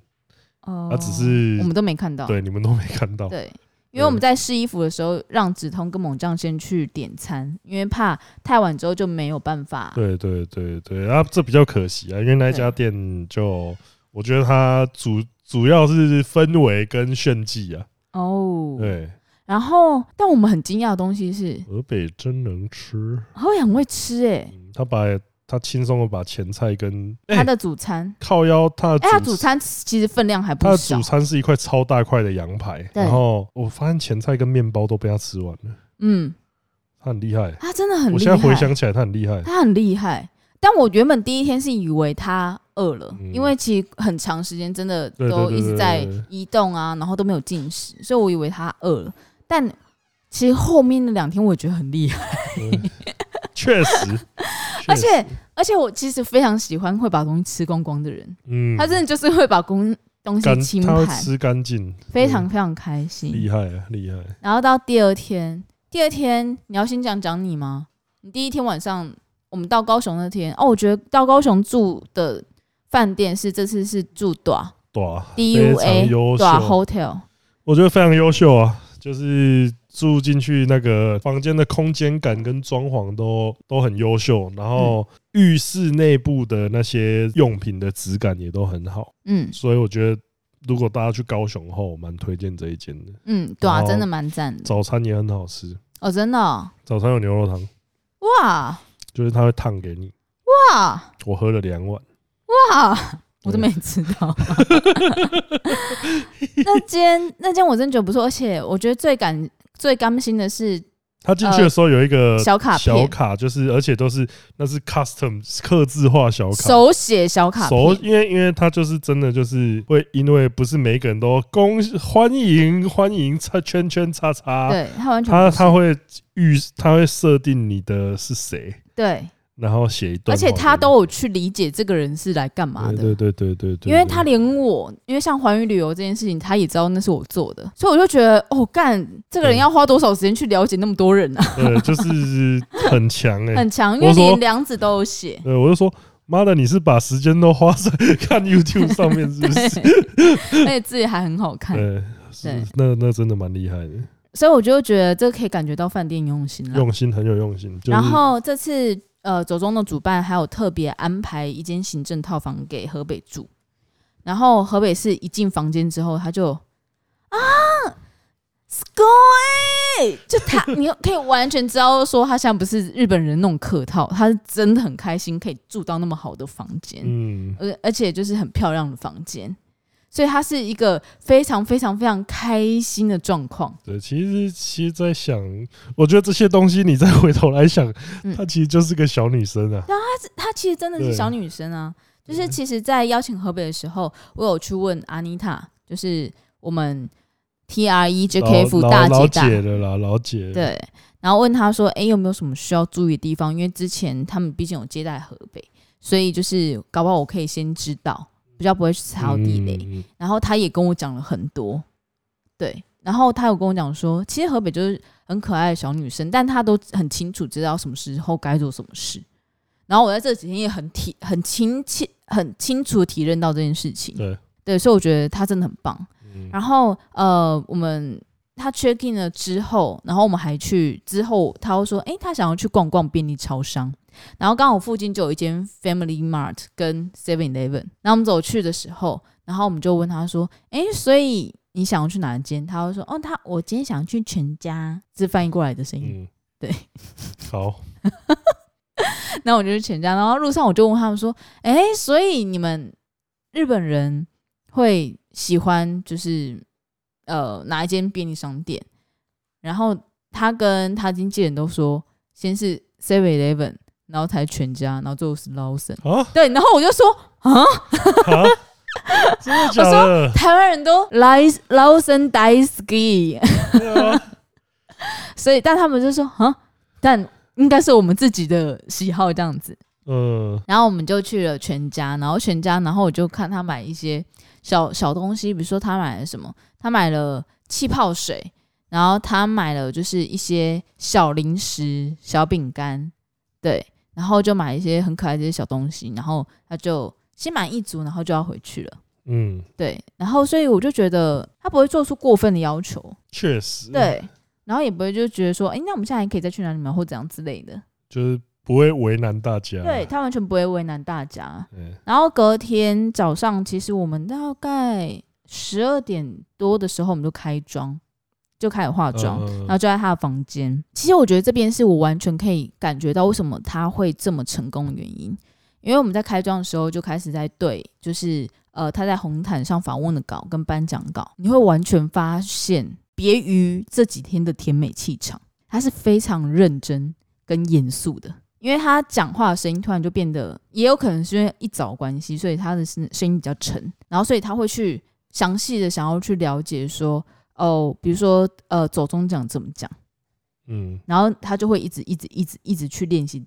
A: 哦、
B: 它只是
A: 我们都没看到。
B: 对你们都没看到。
A: 对因为
B: 嗯
A: 我们在试衣服的时候，让梓潼跟猛将先去点餐，因为怕太晚之后就没有办法。
B: 对对对对，啊，这比较可惜啊，因为那一家店就我觉得它主主要是氛围跟炫技啊。
A: 哦，
B: 对，
A: 然后但我们很惊讶的东西是，
B: 河北真能吃，
A: 他会很会吃诶、
B: 嗯他把他轻松的把前菜跟哎
A: 他的主餐。
B: 靠腰，他
A: 哎、他
B: 的
A: 主餐其实分量还
B: 他
A: 不
B: 的
A: 少
B: 主，餐是一块超大块的羊排，
A: 对
B: 然后我发现前菜跟面包都被他吃完了，
A: 嗯，
B: 他很厉害。
A: 他真的很
B: 我
A: 厉
B: 现在回
A: 害，
B: 想起来，他很 厉害。
A: 他很厉害。但我原本第一天是以为他饿了，
B: 嗯
A: 因为其实很长时间真的
B: 对对
A: 都
B: 对
A: 一直在
B: 对对对
A: 移动啊，然后都没有进食，所以我以为他饿了。但其实后面那两天我也觉得很厉害，
B: 嗯确实，
A: 而
B: 确实
A: 且而且我其实非常喜欢会把东西吃光光的人，
B: 嗯，
A: 他真的就是会把公东西
B: 干
A: 清
B: 他会
A: 盘，
B: 吃干净，
A: 非常非常开
B: 嗯
A: 心
B: 厉。害啊，厉害。
A: 然后到第二天，第二天你要先讲讲你吗？你第一天晚上我们到高雄那天，哦，我觉得到高雄住的饭店是这次是住短
B: 对啊，非常
A: DUA
B: 优
A: 短
B: 秀，
A: hotel，
B: 我觉得非常优秀啊，就是住进去那个房间的空间感跟装潢都都很优秀，然后
A: 嗯
B: 浴室内部的那些用品的质感也都很好，
A: 嗯
B: 所以我觉得如果大家去高雄后，我蛮推荐这一间的，
A: 嗯，短
B: 哦
A: 真的蛮赞的
B: 早餐也很好吃，
A: 哦，真的哦、
B: 早餐有牛肉汤，
A: 哇
B: 就是他会烫给你，
A: 哇
B: 我喝了两碗，
A: 哇， 我都没吃 到。那间那间我真觉得不错，而且我觉得最感最甘心的是
B: 他进去的时候有一个
A: 呃小卡片，
B: 小卡，就是而且都是那是 custom 刻字化小卡，
A: 手写小卡
B: 手，
A: 片，
B: 因为因为他就是真的就是会，因为不是每一个人都恭喜欢迎欢迎叉圈圈叉叉，
A: 对他完全
B: 他
A: 不是
B: 他会预他会设定你的是谁，
A: 对。
B: 然后写一
A: 而
B: 段话给
A: 且
B: 你，
A: 他都有去理解这个人是来干嘛的。
B: 对对对对对对，
A: 因为他连我，因为像环宇旅游这件事情，他也知道那是我做的，所以我就觉得，哦，干，这个人
B: 对
A: 要花多少时间去了解那么多人啊，
B: 对就是很强哎、
A: 很强，因
B: 我
A: 为
B: 说
A: 连梁子都有 写。
B: 对我就说妈的，你是把时间都花在 看 YouTube 上面是不
A: 对
B: 是？，
A: 而且字也还很好看，
B: 对，
A: 对嗯
B: 是那那真的蛮厉害的，
A: 所以我就觉得这可以感觉到饭店用心了。
B: 用心很有用心，就是
A: 然后这次呃，走中的主办还有特别安排一间行政套房给河北住，然后河北是一进房间之后，他就啊 s k y 就他你可以完全知道说他现在不是日本人那种客套，他是真的很开心可以住到那么好的房间，
B: 嗯。
A: 而、而且就是很漂亮的房间。所以他是一个非常非常非常开心的状况，
B: 对，其实其实，在想，我觉得这些东西你再回头来想，
A: 嗯
B: 她其实就是个小女生啊。
A: 她其实真的是
B: 对
A: 小女生啊。就是其实，在邀请河北的时候，我有去问阿妮塔，就是我们 T R E J
B: 老
A: K F
B: 老
A: 大
B: 老
A: 姐大，
B: 姐了啦，老姐。，
A: 对，然后问她说，哎、有没有什么需要注意的地方？因为之前他们毕竟有接待河北，所以就是搞不好我可以先知道，比较不会去踩到地雷。
B: 嗯。
A: 然后她也跟我讲了很多，对，然后她有跟我讲说，其实河北就是很可爱的小女生，但她都很清楚知道什么时候该做什么事。然后我在这几天也很体很清切很清楚地体认到这件事情，
B: 对
A: 对，所以我觉得她真的很棒。
B: 嗯
A: 然后呃，我们他 check in 了之后，然后我们还去之后，他又说，诶，他想要去逛逛便利超商，然后刚好附近就有一间 Family Mart 跟 Seven Eleven，然后我们走去的时候，然后我们就问他说，诶，所以你想要去哪一间？他会说，哦，他我今天想去全家，这翻译过来的声音。
B: 嗯，
A: 对，
B: 好，
A: 那我就去全家，然后路上我就问他们说：“哎、所以你们日本人会喜欢就是呃哪一间便利商店？”然后他跟他经纪人都说，先是 Seven Eleven，然后才全家，然后最后是 Lawson。
B: 啊
A: 对，然后我就说，
B: 啊，真的假的？
A: 台湾人都来 Lawson d i s k
B: 对啊，
A: 所以但他们就说，啊，但应该是我们自己的喜好这样子。
B: 嗯，
A: 然后我们就去了全家，然后全家，然后我就看他买一些小小东西，比如说他买了什么，他买了气泡水，然后他买了就是一些小零食、小饼干，对，然后就买一些很可爱的一些小东西，然后他就心满意足，然后就要回去了，
B: 嗯，
A: 对，然后所以我就觉得他不会做出过分的要求，
B: 确实，，
A: 对，然后也不会就觉得说，哎，那我们现在还可以再去哪里买或怎样之类的，
B: 就是不会为难大家。
A: 对他完全不会为难大家，
B: 嗯，
A: 然后隔天早上，其实我们大概十二点多的时候，我们就开妆，就开始化妆，
B: 嗯
A: 然后就在他的房间。其实我觉得这边是我完全可以感觉到为什么他会这么成功的原因，因为我们在开妆的时候就开始在对，就是呃他在红毯上访问的稿跟颁奖稿，你会完全发现别于这几天的甜美气场，他是非常认真跟严肃的。因为他讲话的声音突然就变得，也有可能是因为一早关系，所以他的声声音比较沉，然后所以他会去详细的想要去了解说，哦，比如说呃，走中奖怎么讲，
B: 嗯，
A: 然后他就会一直一直一直一直去练习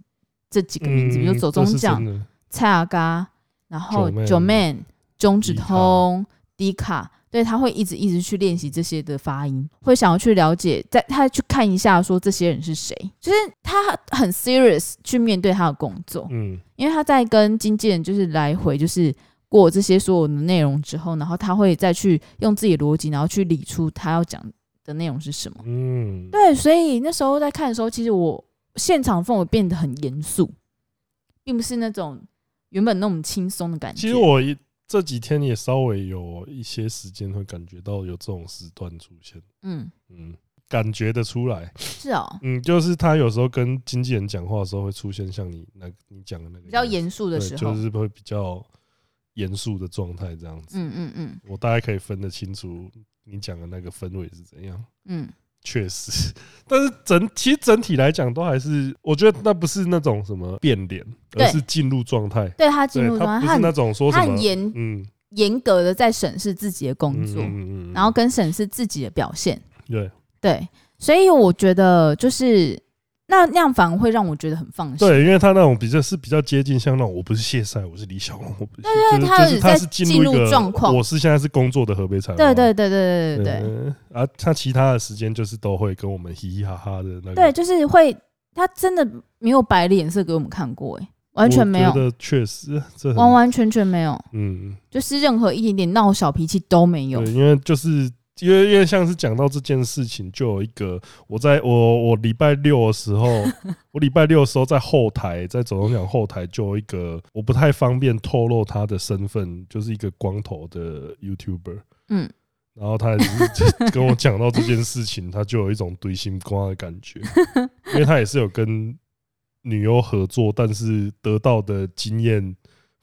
A: 这几个名字，比如说走中
B: 嗯这是
A: 奖
B: 真、的
A: 蔡阿嘎，然后
B: 九妹
A: 九妹、中指通、迪卡，对他会一直一直去练习这些的发音，会想要去了解，在他去看一下说这些人是谁，就是他很 serious 去面对他的工作，
B: 嗯，
A: 因为他在跟经纪人就是来回就是过这些所有的内容之后，然后他会再去用自己的逻辑，然后去理出他要讲的内容是什么。
B: 嗯，
A: 对，所以那时候在看的时候，其实我现场氛围变得很严肃，并不是那种原本那种轻松的感觉。
B: 其实我一这几天也稍微有一些时间会感觉到有这种时段出现，
A: 嗯，
B: 嗯，感觉得出来，
A: 是哦，
B: 嗯，就是他有时候跟经纪人讲话的时候会出现像你那你讲的那个
A: 比较
B: 样子
A: 严肃的
B: 对
A: 时候，
B: 就是会比较严肃的状态这样子。
A: 嗯嗯嗯
B: 我大概可以分得清楚你讲的那个氛围是怎样。
A: 嗯，
B: 确实， 但是整其实整体来讲都还是，我觉得那不是那种什么变脸，
A: 对
B: 而是进入状态。
A: 对他进
B: 对，
A: 入
B: 他
A: 状态，
B: 不
A: 他
B: 是那
A: 很
B: 种说
A: 他
B: 什
A: 很
B: 么，
A: 严
B: 嗯，
A: 严格的在审视自己的工
B: 嗯
A: 作，
B: 嗯嗯
A: 然后跟审视自己的表现。
B: 对
A: 对，所以我觉得就是那那样反而会让我觉得很放心。
B: 对，因为他那种比较是比较接近像那种，我不是谢赛，我是李小龙，我不是，就是
A: 他
B: 就是
A: 有
B: 他
A: 在
B: 是进入一
A: 进
B: 个
A: 入状况
B: 我是现在是工作的河北产，
A: 对对对对对对对
B: 嗯啊，他其他的时间就是都会跟我们嘻嘻哈哈的那个，
A: 对，就是会他真的没有摆脸色给我们看过，哎，完全没有
B: 我觉，得确实这很
A: 完完全全没有，
B: 嗯，
A: 就是任何一点点闹小脾气都没有
B: 对，。因为就是因为因为像是讲到这件事情，就有一个我在我我礼拜六的时候，我礼拜六的时候在后台，在走动奖后台就有一个我不太方便透露他的身份，就是一个光头的 YouTuber，
A: 嗯，
B: 然后他也是 跟我讲到这件事情，他就有一种堆心瓜的感觉，因为他也是有跟女优合作，但是得到的经验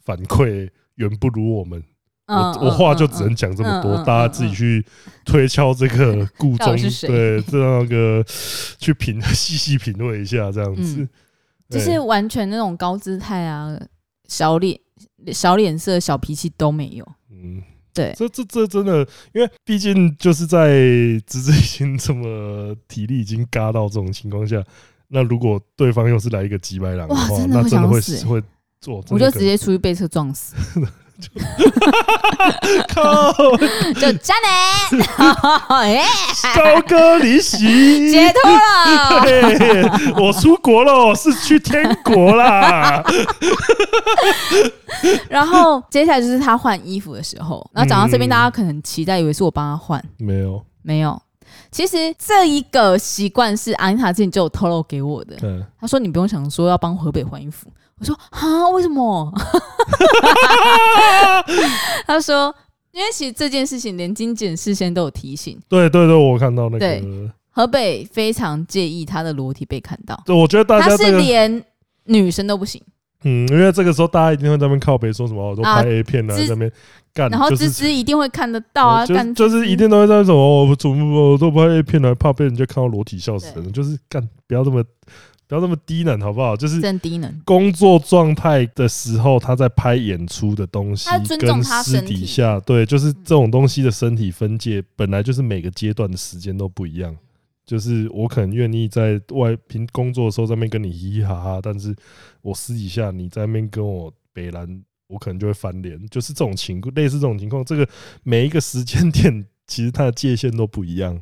B: 反馈远不如我们。
A: 嗯
B: 我我话就只能讲这么
A: 嗯
B: 多
A: 嗯，嗯
B: 大家自己去推敲这 个故
A: 到
B: 中
A: 底是，谁
B: 对这那个去品 细细品味一下这样子
A: 嗯。就是完全那种高姿态啊，小脸小脸色、小脾气都没有。
B: 嗯，
A: 对
B: 这这这真的，因为毕竟就是在直至已经这么体力已经嘎到这种情况下，那如果对方又是来一个几百狼的
A: 哇
B: 话，
A: 真的
B: 那
A: 会
B: 真的
A: 想
B: 会
A: 死
B: 会做，
A: 我
B: 真
A: 就
B: 的可
A: 直
B: 能
A: 接出去被车撞死。
B: 靠，
A: 就渣 男，耶，
B: 高歌离席，
A: 解脱了。
B: 嘿，我出国了，是去天 国啦。
A: 然后接下来就是他换衣服的时候， 然后讲到这边，
B: 嗯
A: 大家可能很期待，以为是我帮他换，
B: 没有，
A: 没有。其实这一个习惯是安塔之前就有透露给我的，
B: 嗯，
A: 他说你不用想说要帮河北换衣服，我说啊为什么？ 他说因为其实这件事情连金简事先都有提醒，
B: 对对对，我看到那个
A: 对，河北非常介意他的裸体被看到，
B: 对，我觉得大
A: 他
B: 家这
A: 是
B: 个，
A: 连女生都不行，
B: 嗯，因为这个时候大家一定会在那边靠北说什么，哦我都
A: 啊
B: 拍 A 片了，
A: 芝
B: 在那边干，
A: 然后
B: 啊就
A: 芝
B: 是
A: 芝一定会看得到啊，
B: 就
A: 干
B: 是就是一定都会在那种哦我怎么我都不会骗人，怕被人家看到裸体笑死人，就是干不要这么不要这么低能好不好？就是
A: 真低能，
B: 工作状态的时候，他在拍演出的东西
A: 他尊重
B: 跟
A: 他
B: 私
A: 身体嗯
B: 底下对，就是这种东西的身体分界，本来就是每个阶段的时间都不一
A: 嗯
B: 样。就是我可能愿意在外凭工作的时候在那边跟你嘻嘻哈哈，但是我私底下你在那边跟我北兰，我可能就会翻脸。就是这种情况，类似这种情况，这个每一个时间 点其实它的界限都不一样。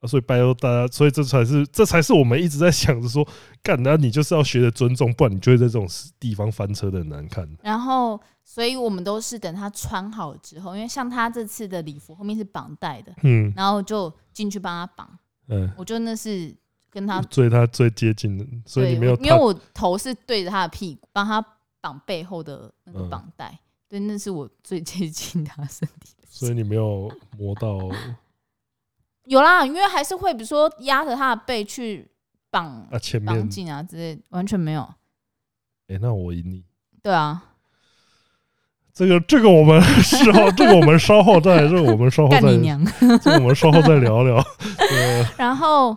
B: 啊所以拜托大家，所以这才是这才是我们一直在想着说，干，那你就是要学着尊重，不然你就会在这种地方翻车的很难看。
A: 然后。所以我们都是等他穿好之后，因为像他这次的礼服后面是绑带的，
B: 嗯
A: 然后就进去帮他绑。
B: 嗯，
A: 我就那是跟他
B: 所以他最接近的，嗯所以
A: 对，
B: 你没有
A: 因为
B: 他，
A: 我头是对着他的屁股，帮他绑背后的那个
B: 嗯
A: 绑带。对，那是我最接近他身体的
B: 所
A: 事。
B: 以你没有磨到。
A: 有啦，因为还是会比如说压着他的背去绑
B: 啊，前面
A: 绑紧啊之类，完全没有。
B: 哎、那我赢你。
A: 对啊，
B: 这个这个我们 事后，这个我们稍后再，这个我们稍后再
A: 干，你娘！哎
B: 这个我们稍后再 聊聊。对，
A: 然后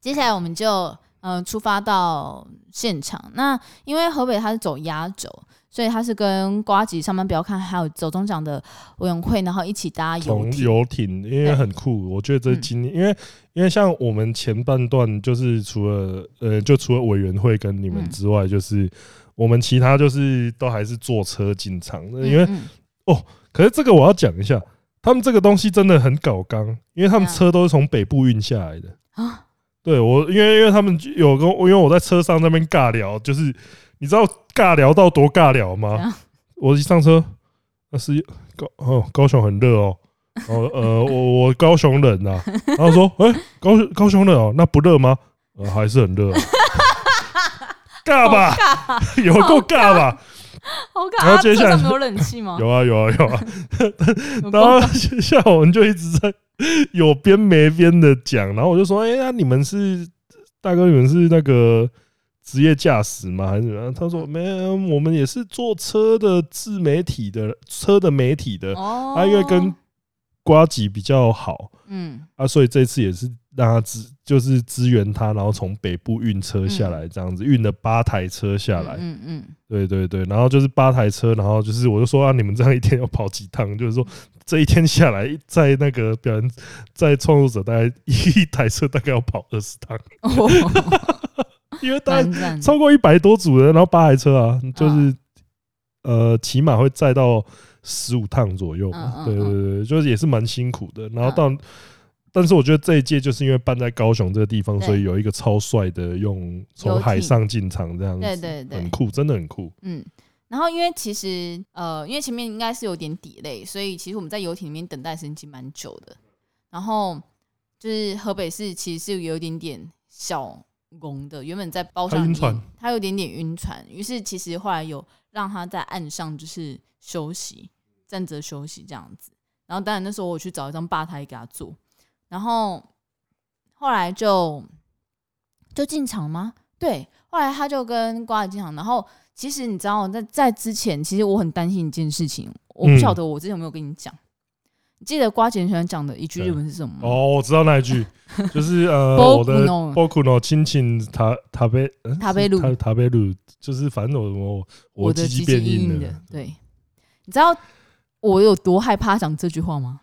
A: 接下来我们就呃出发到现场。那因为河北他是走压轴，所以他是跟瓜吉上班不要看，还有走中奖的委员会，然后一起搭游
B: 从
A: 艇。
B: 游艇，因为
A: 对
B: 很酷，我觉得这
A: 嗯
B: 今年，因为因为像我们前半段就是除了呃，就除了委员会跟你们
A: 嗯
B: 之外，就是我们其他就是都还是坐车进场的，因为
A: 嗯
B: 可是这个我要讲一下，他们这个东西真的很搞刚，因为他们
A: 嗯
B: 车都是从北部运下来的。
A: 嗯啊，
B: 对我，因为因为他们有跟我，因为我在车上那边尬聊，就是你知道尬聊到多尬聊
A: 怎
B: 吗
A: 样？
B: 我一上车，那是高哦，高雄很热哦。哦呃，我我高雄人呐、然后说， 哎、高雄高雄人哦，那不热吗？呃，还是很热、啊，尬吧， 有够尬吧，
A: 好
B: 然
A: 看，
B: 后接下来
A: 车上没有冷气 吗？
B: 有啊有啊有啊，
A: 有
B: 然后下午我们就 一直在有边没边的讲，然后我就说：“哎、那你们是大哥，你们是那个职业驾驶吗？还是怎么样？”他说：“没有，我们也是做车的自媒体的车的媒体的，
A: 哦
B: 啊，因为跟瓜吉比较好
A: 嗯
B: 啊，所以这次也是让他支就是支援他，然后从北部运车下来，这样子运了八台车下来。
A: 嗯嗯
B: 对对对，然后就是八台车，然后就是我就说啊，你们这样一天要跑几趟？就是说这一天下来，在那个表演，在创作者大概一台车大概要跑二十 趟，
A: 嗯，哦，
B: 因为大概
A: 蛮赞的，
B: 超过一百多组人，然后八台车啊，就是、呃起码会载到十五趟左右吧。
A: 嗯嗯
B: 对对对对，就是也是蛮辛苦的。然后
A: 嗯
B: 到，但是我觉得这一届就是因为办在高雄这个地方，
A: 对
B: 所以有一个超帅的用从
A: 游
B: 海
A: 艇
B: 上进场这样子，
A: 对对对
B: 很酷，真的很酷。
A: 嗯。然后，因为其实呃，因为前面应该是有点底累，所以其实我们在游艇里面等待时间其实蛮久的。然后就是河北市其实是有一点点小懵的，原本在包
B: 他
A: 上
B: 晕
A: 面
B: 船，
A: 他有点点晕船，于是其实后来有让他在岸上就是休息，站着休息这样子。然后当然那时候我有去找一张吧台给他坐，然后后来就就进场吗？对，后来他就跟瓜子进场，然后其实你知道，在在之前，其实我很担心一件事情，我不
B: 嗯
A: 晓得我之前有没有跟你讲，你记得瓜姐很喜欢讲的一句日文是什么吗？
B: 哦，我知道那 一句，就是呃，我的
A: 嗯 Boku no
B: “boku no 亲亲塔塔贝呃
A: 塔贝鲁
B: 塔塔贝鲁，就是反正我我
A: 我的鸡
B: 鸡鸡
A: 鸡
B: 变
A: 硬
B: 硬
A: 硬的，，对，你知道我有多害怕讲这句话吗？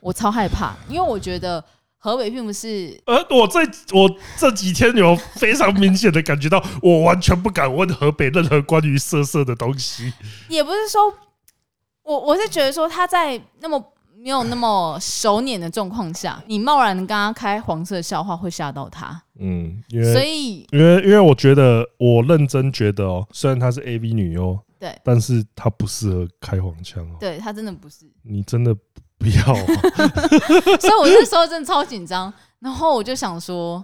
A: 我超害怕，因为我觉得河北并不是
B: 呃，我这我这几天有非常明显的感觉到，我完全不敢问河北任何关于色色的东西。
A: 也不是说我我是觉得说他在那么没有那么熟稔的状况下，你贸然跟他开黄色笑话会吓到他，
B: 嗯，因
A: 所
B: 为
A: 以
B: 因为因为我觉得我认真觉得哦、虽然她是 A V 女优，
A: 对
B: 但是她不适合开黄腔哦、
A: 对他真的不是。
B: 你真的不要、 哦
A: 所以我那时候真的超紧张，然后我就想说，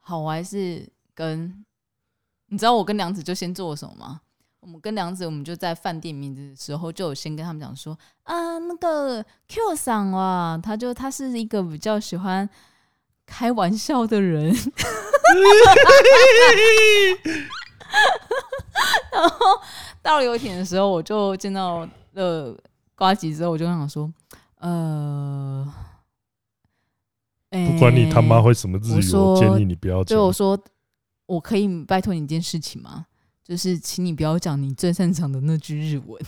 A: 好，我还是跟，你知道我跟梁子就先做了什么吗？我们跟梁子，我们就在饭店名字的时候，就有先跟他们讲说，啊，那个 Q 桑啊，他就他是一个比较喜欢开玩笑的人， 然后到游艇的时候，我就见到了瓜吉之后，我就想说，呃，
B: 不管你他妈
A: 诶
B: 会什么日
A: 我
B: 语，
A: 说
B: 我建议你不要
A: 对
B: 讲。
A: 我说，我可以拜托你一件事情吗？就是请你不要讲你最擅长的那句日文。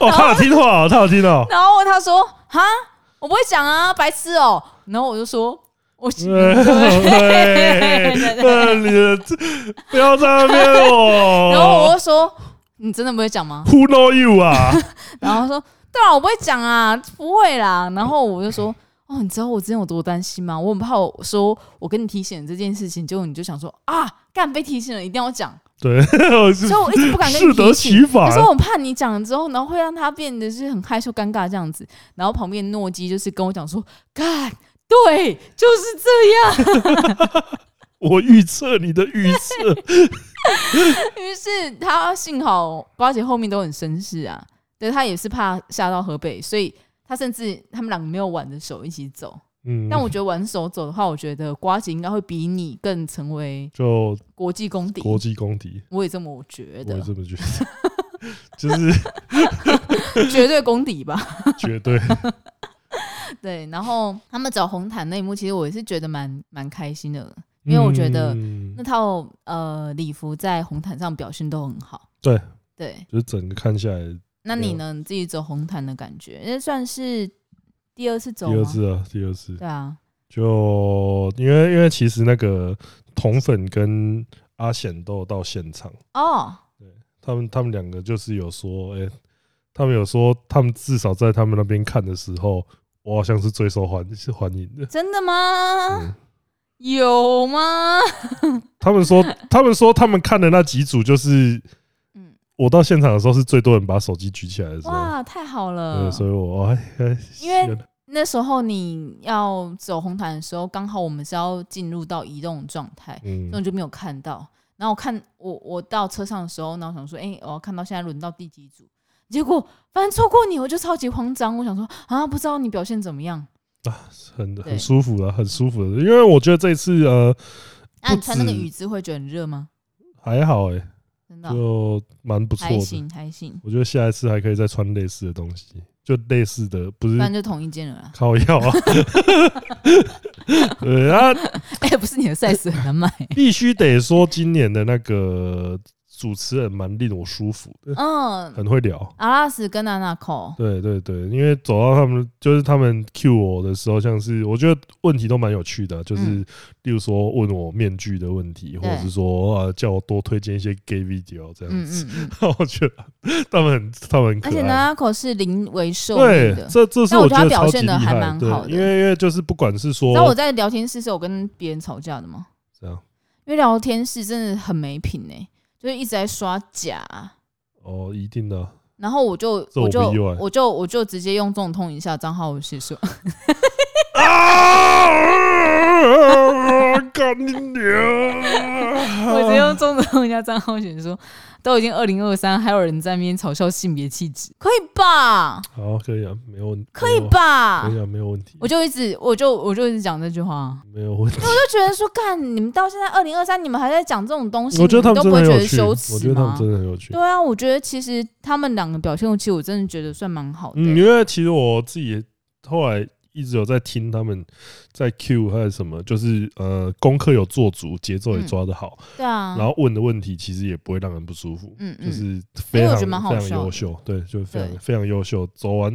B: 哦，她有听话哦，她有听到。
A: 然后他说，哈，我不会讲啊，白痴哦、然后我就说，我
B: 对 对对，你的这不要在那边我。
A: 然后我就说，你真的不会讲吗？
B: Who know you 啊？
A: 然后他说：“对啊，我不会讲啊，不会啦。”然后我就说：“哦，你知道我之前有多担心吗？我很怕我说我跟你提醒了这件事情，结果你就想说啊，干被提醒了，一定要讲。
B: 对，我是
A: 所以我一直不敢跟你
B: 适
A: 提
B: 得
A: 醒。
B: 其反
A: 可。是我很怕你讲了之后，然后会让他变得是很害羞、尴尬这样子。然后旁边诺基就是跟我讲说：‘干，对，就是这样。
B: 我预测你的预测，’
A: 于是他幸好瓜姐后面都很绅士啊，对他也是怕吓到河北，所以他甚至他们两个没有挽着手一起走。”
B: 嗯，
A: 但我觉得玩手走的话，我觉得瓜姐应该会比你更成为
B: 就
A: 国际公敌。
B: 国际公敌，
A: 我也这么觉
B: 我也
A: 得，
B: 这么觉得，就是
A: 绝对公敌吧。
B: 绝对。
A: 对，然后他们走红毯那一幕，其实我也是觉得蛮蛮开心的，因为我觉得
B: 嗯
A: 那套呃礼服在红毯上表现都很好。
B: 对啊
A: 对，
B: 就是整个看下来，
A: 那你呢？你自己走红毯的感觉，那算是第二次
B: 第
A: 走
B: 二
A: 吗？
B: 次啊，第二次
A: 对啊，
B: 就因为因为其实那个同粉跟阿显都有到现场，
A: 哦，
B: 他们他们两个就是有说，哎、他们有说他们至少在他们那边看的时候，我好像是最受欢是欢迎的。
A: 真的吗？
B: 嗯
A: 有吗？
B: 他们 说，他们说他们看的那几组就是，
A: 嗯
B: 我到现场的时候是最多人把手机举起来的时候，
A: 哇，太好
B: 对，
A: 了！
B: 所以我哎，哎
A: 因为那时候你要走红毯的时候，刚好我们是要进入到移动状态，
B: 嗯
A: 所以我就没有看到。然后我看我我到车上的时候，然后想说，哎、我要看到现在轮到第几组，结果反正错过你，我就超级慌张。我想说啊，不知道你表现怎么样？
B: 很
A: 对
B: 很舒服了，很舒服的。因为我觉得这一次呃
A: 那、啊你穿那个
B: 不止
A: 雨姿会觉得很热吗？
B: 还好哎、
A: 真的哦、
B: 就蛮不错
A: 还
B: 的。
A: 行还行，
B: 我觉得下一次还可以再穿类似的东西，就类似的，不
A: 不
B: 是
A: 然就同一件了啦。
B: 靠药啊。 对啊，
A: 哎、不是你的 size 很 难买。
B: 必须得说今年的那个主持人蛮令我舒服的，
A: 嗯，
B: 很会聊。
A: 阿拉斯跟娜娜口，
B: 对对对，因为走到他们就是他们 Q 我的时候，像是我觉得问题都蛮有趣的，啊就是、
A: 嗯
B: 例如说问我面具的问题，或者是说呃叫我多推荐一些 gay video 这样
A: 嗯
B: 子，
A: 嗯嗯，
B: 我觉得他们很他们很
A: 而
B: 可
A: 且娜
B: 爱。
A: 娜口是临危受
B: 对
A: 命的，。
B: 这这是
A: 但我觉得他
B: 觉得
A: 表
B: 超级
A: 现
B: 厉
A: 得还
B: 害，
A: 蛮
B: 对
A: 好的，
B: 因为因为就是不管是说
A: 那我在聊天室是有跟别人吵架的吗？
B: 这样
A: 因为聊天室真的很没品哎、就是一直在刷啊假，
B: 哦，一定的啊，
A: 然后我就
B: 这我
A: 我就
B: 不意外
A: 我就我就直接用这种通一下账号写 说，
B: 啊！干你啊娘！
A: 我直接用这种通一下账号写说，都已经二零二三，还有人在那边嘲笑性别气质，可以吧？
B: 好，可以啊，没有问，
A: 可以
B: 没有？
A: 吧
B: 可？以啊，没有问题
A: 我，就一直我就我就一直讲这句话，啊
B: 没有问题。
A: 我就觉得说，干你们到现在二零二三，你们还在讲这种东西，
B: 我觉得他
A: 你都
B: 们真
A: 不
B: 的
A: 会觉
B: 很有
A: 得
B: 趣，
A: 羞
B: 我
A: 耻
B: 觉得他
A: 吗
B: 们？真的很有趣
A: 对。啊，我觉得其实他们两个表现，其实我真的觉得算蛮好的、
B: 嗯，
A: 欸
B: 因为其实我自己也后来一直有在听他们在 Q 还是什么，就是呃功课有做足，节奏也
A: 嗯
B: 抓得好，
A: 对啊，
B: 然后问的问题其实也不会让人不舒服，
A: 嗯嗯
B: 就是
A: 因
B: 非
A: 为我
B: 常
A: 觉得蛮好
B: 非常
A: 笑的
B: 优秀，对，就是非常
A: 对
B: 非常优秀。走完，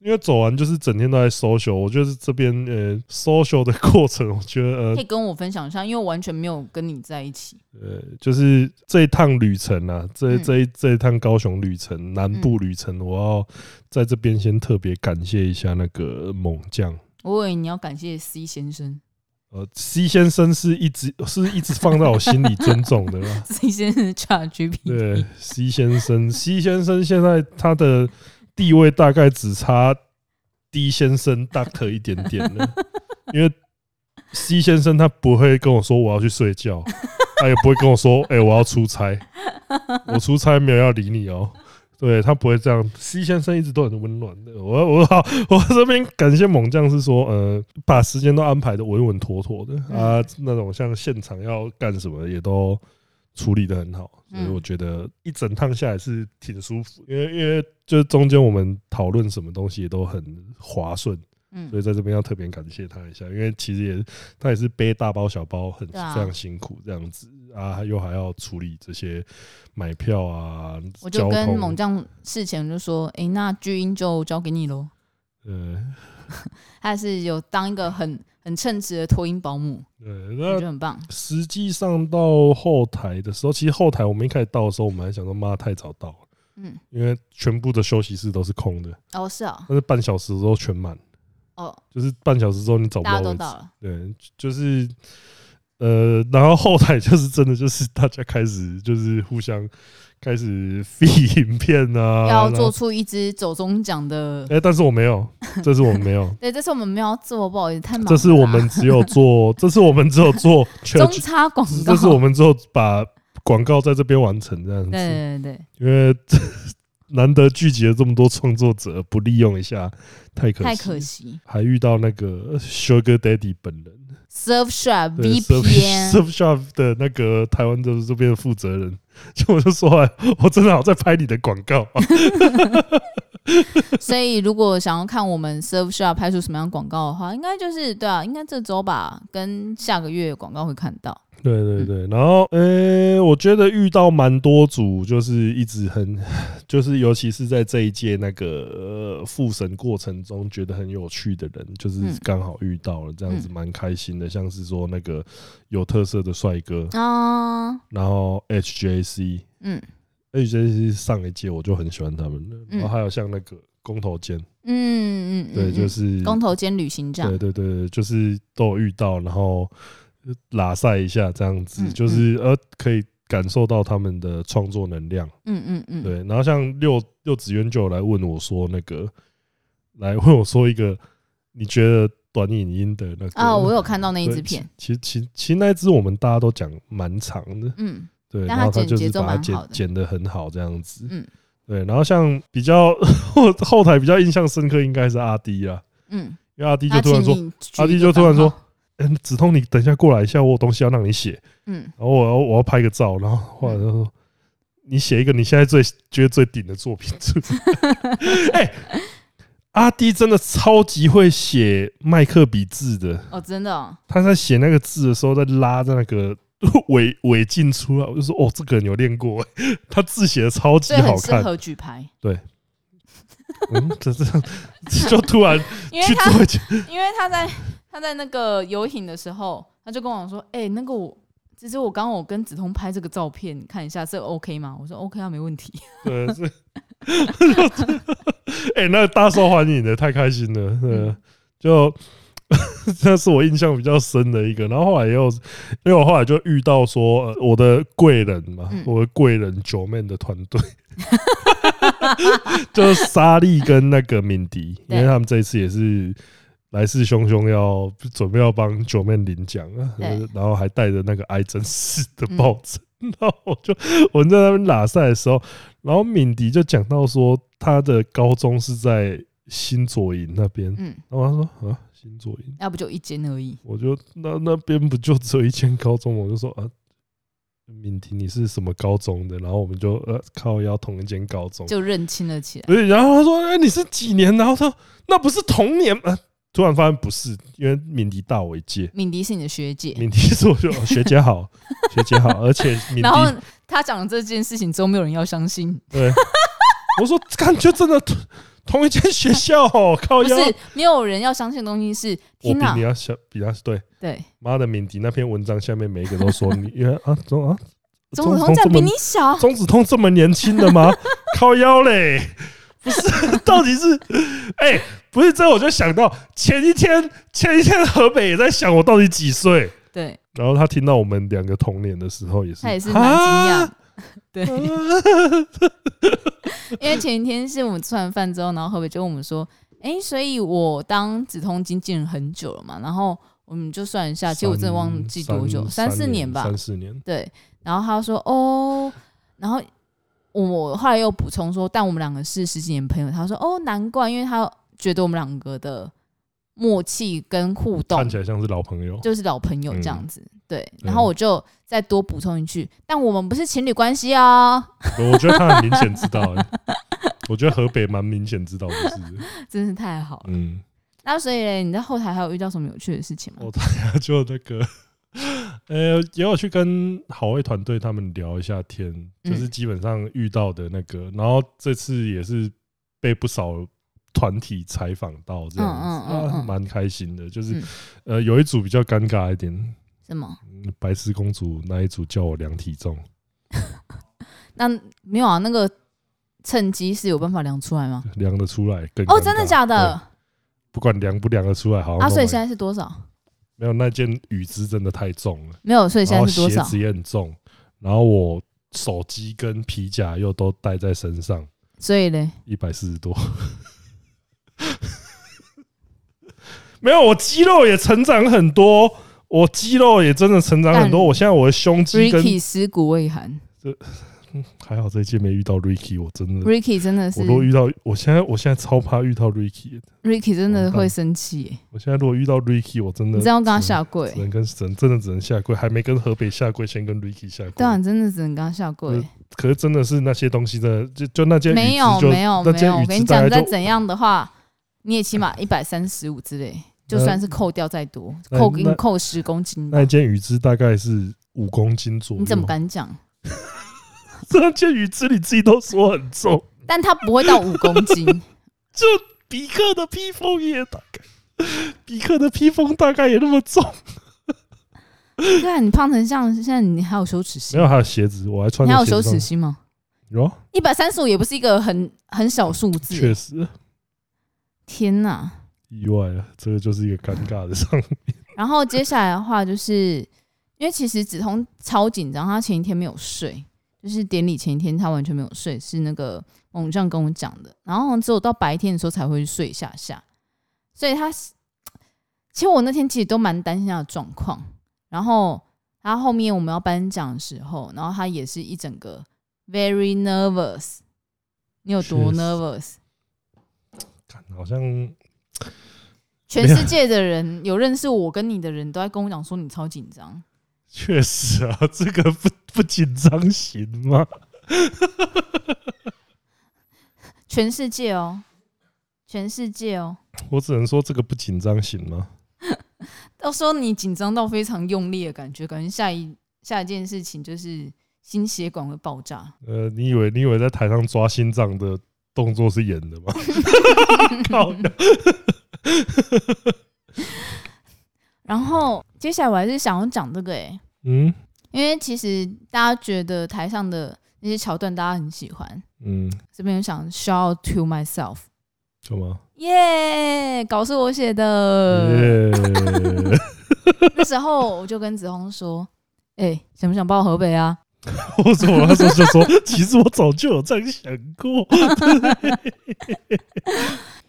B: 因为走完就是整天都在 social，我觉得这边呃 social 的过程，我觉得呃
A: 可以跟我分享一下，因为我完全没有跟你在一起。
B: 呃，就是这一趟旅程啊，这
A: 嗯
B: 这一这一趟高雄旅程、南部旅程，我要在这边先特别感谢一下那个猛将。
A: 我以为你要感谢 C 先生
B: 呃，C 先生是一直是一直放在我心里尊重的啦。
A: ，C 先生是 ChatGPT，
B: 对，C 先生，C 先生现在他的地位大概只差 D 先生 Doctor 一点点了，因为 C 先生他不会跟我说我要去睡觉，他也不会跟我说哎、我要出差，我出差没有要理你哦。对他不会这样，C 先生一直都很温暖的。我我好，我这边感谢猛将是说，呃，把时间都安排的稳稳妥妥的啊，那种像现场要干什么也都处理的很好，所以
A: 嗯
B: 我觉得一整趟下来是挺舒服，因为因为就是中间我们讨论什么东西也都很划算，所
A: 嗯，
B: 以在这边要特别感谢他一下，因为其实也他也是背大包小包很非
A: 对啊
B: 常辛苦这样子啊，又还要处理这些买票啊，
A: 我
B: 交
A: 就跟
B: 通
A: 猛将事前就说，诶，那巨婴就交给你喽。
B: 呃
A: 他是有当一个很很称职的托婴保姆，
B: 呃
A: 我
B: 那
A: 觉得很棒。
B: 实际上到后台的时候，其实后台我们一开始到的时候，我们还想说妈太早到了，
A: 嗯，
B: 因为全部的休息室都是空的，
A: 哦，是啊，
B: 但是半小时之后全满，
A: 哦，
B: 就是半小时之后你找不
A: 大家
B: 到
A: 都
B: 位置
A: 到，了，
B: 对，就是呃，然后后台就是 真的就是大家开始就是互相开始 f 影片啊，
A: 要
B: 然
A: 做
B: 后
A: 出一支走中奖的。
B: 哎、但是我
A: ，
B: 没有，这是我没有
A: 对，这次我们没有做，不好意思，太忙了啦。
B: 这是我们只有 做，这是我们只有做
A: 中
B: church，
A: 插广告，
B: 这是我们只有把广告在这边完成这样子。
A: 对对对
B: 因为 难得聚集了这么多创作者，不利用一下太可
A: 对，
B: 惜。
A: 太可惜。
B: 还遇到那个 Sugar Daddy 本人
A: Surfshark
B: 对 Surf-
A: VPN，
B: Surfshark 的那个台湾这这边的负责人， 就我就说，哎，我真的好在拍你的广告、啊，
A: 所以如果想要看我们 Surfshark 拍出什么样的广告的话，应该就是对啊，应该这周吧，跟下个月广告会看到。
B: 对对对，然后呃、我觉得遇到蛮多组，就是一直很， 就是尤其是在这一届那个呃复审过程中，觉得很有趣的人，就是
A: 嗯
B: 刚好遇到了，这样子蛮开心的。像是说那个有特色的帅哥，
A: 啊，
B: 然后 HJC。
A: 嗯
B: HJC 上一届我就很喜欢他们了，然后
A: 嗯
B: 还有像那个工头间，
A: 嗯嗯，嗯
B: 对，就
A: 嗯
B: 是
A: 公投兼旅行长
B: 对，对对，对就是都有遇到，然后呃拉塞一下这样子，
A: 嗯
B: 就是呃可以感受到他们的创作能量。
A: 嗯嗯嗯，
B: 对，然后像六六子渊就有来问我说那个，来问我说一个你觉得短影音的那个
A: 啊，我有看到那一
B: 对
A: 支片，
B: 其其其实那一支我们大家都讲蛮长的，
A: 嗯
B: 对，
A: 但
B: 然后
A: 它
B: 他
A: 剪
B: 就
A: 节
B: 是
A: 奏
B: 把它
A: 蛮
B: 剪
A: 好的
B: 剪的很好这样子，
A: 嗯
B: 对，然后像比较 后后台比较印象深刻应该是阿迪啦，
A: 嗯，
B: 因为阿迪就
A: 那
B: 突然
A: 请
B: 说，
A: 你举
B: 阿弟
A: 一
B: 就
A: 个
B: 突然
A: 番
B: 说
A: 号，
B: 哎、子通你等一下过来一下，我有东西要让你写，
A: 嗯，
B: 然后我要我要拍个照，然后后来他说。你写一个你现在最觉得最顶的作品出来， 哎、阿迪真的超级会写麦克笔字的，
A: 哦，真的哦，
B: 他在写那个字的时候，在拉着那个 尾尾劲出来，我就说哦，这个人有练过， 他字写的超级
A: 所以
B: 好
A: 很适
B: 看。
A: 合举牌，
B: 嗯，这这这就突然
A: 因为
B: 去
A: 他
B: 做一件，
A: 因为他在他在那个游艇的时候，他就跟我说：“哎、那个我，其实我刚刚我跟梓潼拍这个照片，你看一下，这 OK 吗？”我说：“OK 啊，没问题。
B: 对，是，哎，那大受欢迎的，太开心了，对
A: 嗯，
B: 就。 那是我印象比较深的一个，然后后来也有，因为我后来就遇到说、呃我的贵人嘛，
A: 嗯
B: 我的贵人九妹的团队， 就是莎莉跟那个敏迪，因
A: 对
B: 为他们这一次也是来势汹汹要准备要帮九妹领奖啊，
A: 对嗯
B: 呃然后还带着那个癌症室的抱枕，然后我就我们在那边拉赛的时候，然后敏迪就讲到说他的高中是在新左营那边，”
A: 嗯，
B: 然后他说啊新左营，
A: 要不就一间而已。
B: 我就那那边不就只有一间高中，我就说啊。敏迪，你是什么高中的？然后我们就呃靠要同一间高中，
A: 就认清了起来，
B: 不是，然后他说：“哎、你是几年？”然后他说：“那不是同年吗？”突然发现不是，因为敏迪大我一 届，
A: 敏迪是你的学姐，
B: 敏迪是我就、哦学 姐好，学姐好，而且敏迪
A: 然，后他讲了这件事情之后，没有人要相信，
B: 对，我说感觉真的同一间学校哦，靠
A: 不
B: 腰。
A: 是没有人要相信的东西是，
B: 我
A: 天
B: 比
A: 哪
B: 你，要小，比他对。
A: 对，
B: 妈的，敏迪那篇文章下面每一个都说你原来啊中啊
A: 总统
B: 这
A: 战比
B: 么
A: 你小，
B: 钟子通这么年轻的吗？ 靠腰嘞，不是， 到底是哎、不是这我就想到前一天前一天河北也在想我到底几岁，
A: 对
B: 然后他听到我们两个同年的时候也是，
A: 他也是蛮惊讶
B: 啊
A: 的。 对，因为前一天是我们吃完饭之后，然后河北就问我们说：“哎、所以我当紫通经纪人很久了嘛？”然后我们就算一啊下，其实我真的忘记多久，
B: 三
A: 三四年吧
B: 三。四年。
A: 对，然后他说：“哦。”然后我后来又补充说：“但我们两个是十几年朋友。”他说：“哦，难怪，因为他觉得我们两个的默契跟互动
B: 看起来嗯像是老朋友，
A: 就是老朋友这样子。对，
B: 对
A: 然后我就再多补充一句：“但我们不是情侣关系哦。”
B: 我觉得他很明显知道、哎我觉得河北蛮明显知道，就是
A: 真是太好了。
B: 嗯，
A: 那所以嘞你在后台还有遇到什么有趣的事情吗？
B: 哦他 就那个，呃，也有去跟好味团队他们聊一下天，
A: 嗯
B: 就是基本上遇到的那个，然后这次也是被不少团体采访到，这样
A: 嗯嗯嗯
B: 子啊
A: 嗯
B: 蛮开心的。就是
A: 嗯
B: 呃，有一组比较尴尬一点，
A: 什么？
B: 嗯白丝公主那一组叫我量体重，
A: 那没有啊，那个趁机是有办法量出来吗？
B: 量得出来更
A: 哦，
B: 尴
A: 真的
B: 尬
A: 假？的
B: 嗯对？不管量不量得出来，好像
A: 啊，
B: 都
A: 所以
B: 蛮
A: 现在是多少？
B: 没有那件雨织真的太重了，
A: 没有，所以现在
B: 然后
A: 是多
B: 鞋
A: 少？
B: 子也很重，然后我手机跟皮夹又都带在身上，
A: 所以嘞，
B: 一百四十多。 没有，我肌肉也成长很多，我肌肉也真的成长很多。
A: 干
B: 我现在我的胸肌跟
A: Ricky 尸骨未寒
B: 还好这一届没遇到 Ricky，我真的
A: ，Ricky 真的是
B: 我如果遇到，我现在我现在超怕遇到 Ricky 的。
A: Ricky 真的会生气耶，
B: 我现在如果遇到 Ricky，我真的
A: 你这样跟他
B: 只能
A: 下跪
B: 只，能跟只能真的只能下跪，还没跟河北下跪，先跟 Ricky 下跪。
A: 对啊，你真的只能跟他下跪
B: 嗯。可是真的是那些东西真的，就就那件雨
A: 没
B: 衣
A: 有
B: 就
A: 没有
B: 那
A: 没
B: 件
A: 有，
B: 雨
A: 我跟
B: 衣
A: 你讲，
B: 大概
A: 再
B: 就
A: 怎样的话，你也起码一百三十五之类，就
B: 呃
A: 算是扣掉再多，
B: 那
A: 扣
B: 那
A: 扣十公斤吧
B: 那一。件雨衣大概是五公斤左右。
A: 你怎 么？敢讲？
B: 这件雨衣你自己都说很重，
A: 但它不会到五公 斤，
B: 就比克的披风也大概， 比克的披风大概也那么重。
A: 对啊，你胖成这样，现在你还有羞耻心
B: 没有，？还有鞋子，我还穿
A: 你
B: 着
A: 还有
B: 鞋子
A: 羞耻
B: 上
A: 心吗？
B: 有啊，
A: 一百三十五也不是一个很很小数字，
B: 确实
A: 天哪！
B: 意外了，这个就是一个尴尬的上。
A: 然后接下来的话，就是因为其实子通超紧张，他前一天没有睡，就是典礼前一天他完全没有睡，是那个猛将跟我讲的。然后好像只有到白天的时候才会睡一下下，所以他是其实我那天其实都蛮担心他的状况。然后他后面我们要颁奖的时候，然后他也是一整个 very nervous。你有多
B: 确实
A: nervous？
B: 看好像
A: 全世界的人有认识我跟你的人都在跟我讲说你超紧张。
B: 确实啊，这个不不紧张行吗？
A: 全世界哦，全世界哦，
B: 我只能说这个不紧张行吗？
A: 到时候你紧张到非常用力的感觉，感觉下一下一件事情就是心血管会爆炸。
B: 呃，你以为你以为在台上抓心脏的动作是演 的吗？靠！
A: 然后接下来我还是想要讲这个诶、
B: 嗯
A: 因为其实大家觉得台上的那些桥段大家很喜欢，
B: 嗯，
A: 这边想 shout to myself，
B: 干嘛？
A: 耶稿是我写的。
B: 耶！
A: 那时候我就跟子红说，哎、想不想报河北啊？
B: 我说我那时候就说，其实我早就有这样想过。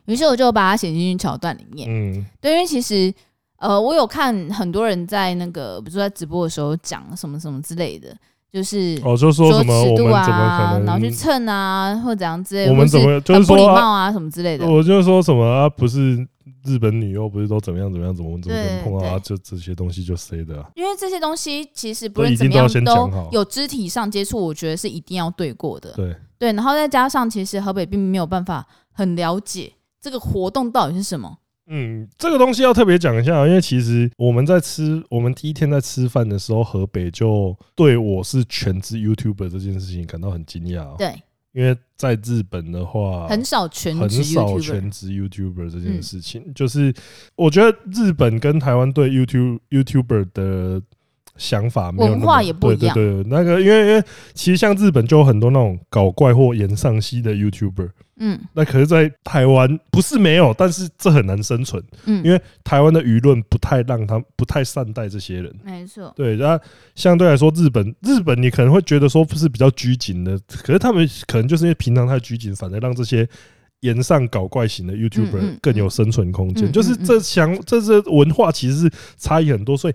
A: 于是我就把它写进去桥段里面。
B: 嗯
A: 对，因为其实呃，我有看很多人在那个，比如说在直播的时候讲什么什么之类的，就是
B: 哦，就说什么
A: 尺
B: 我
A: 度
B: 们怎
A: 啊，
B: 么可
A: 然后去
B: 能？
A: 蹭啊，或者怎样之类的，
B: 我们怎
A: 或
B: 么
A: 是
B: 就是
A: 很不礼
B: 说啊，
A: 貌啊什么之类的。
B: 我就说什么啊？不是日本女优不是都怎么样怎么样？怎么我们怎么可能
A: 对
B: 碰到啊？
A: 对
B: 就这些东西就谁的啊？
A: 因为这些东西其实不
B: 都
A: 论
B: 一
A: 怎
B: 定
A: 么
B: 都要
A: 样
B: 先
A: 都
B: 讲好
A: 有肢体上接触，我觉得是一定要对过的。
B: 对，
A: 对，然后再加上其实河北并没有办法很了解这个活动到底是什么。
B: 嗯，这个东西要特别讲一下，因为其实我们在吃，我们第一天在吃饭的时候，河北就对我是全职 YouTuber 这件事情感到很惊讶、哦。
A: 对，
B: 因为在日本的话，
A: 很少全
B: 啊很
A: 职
B: 少
A: YouTuber，嗯
B: 全职 YouTuber 这件事情，就是我觉得日本跟台湾对 YouTube YouTuber 的想法没有那么
A: 文化也不一样
B: 对对对，那个因为因为其实像日本就有很多那种搞怪或言上西的 YouTuber，
A: 嗯
B: 那可是，在台湾不是没有，但是这很难生存，因
A: 嗯，
B: 为台湾的舆论不太让他不太善待这些人。
A: 没错，
B: 对，那相对来说，日本日本你可能会觉得说是比较拘谨的，可是他们可能就是因为平常太拘谨，反而让这些沿上搞怪型的
A: 嗯嗯
B: YouTuber 更有生存空
A: 嗯
B: 间。
A: 嗯
B: 就是这想这是文化其实是差异很多，所以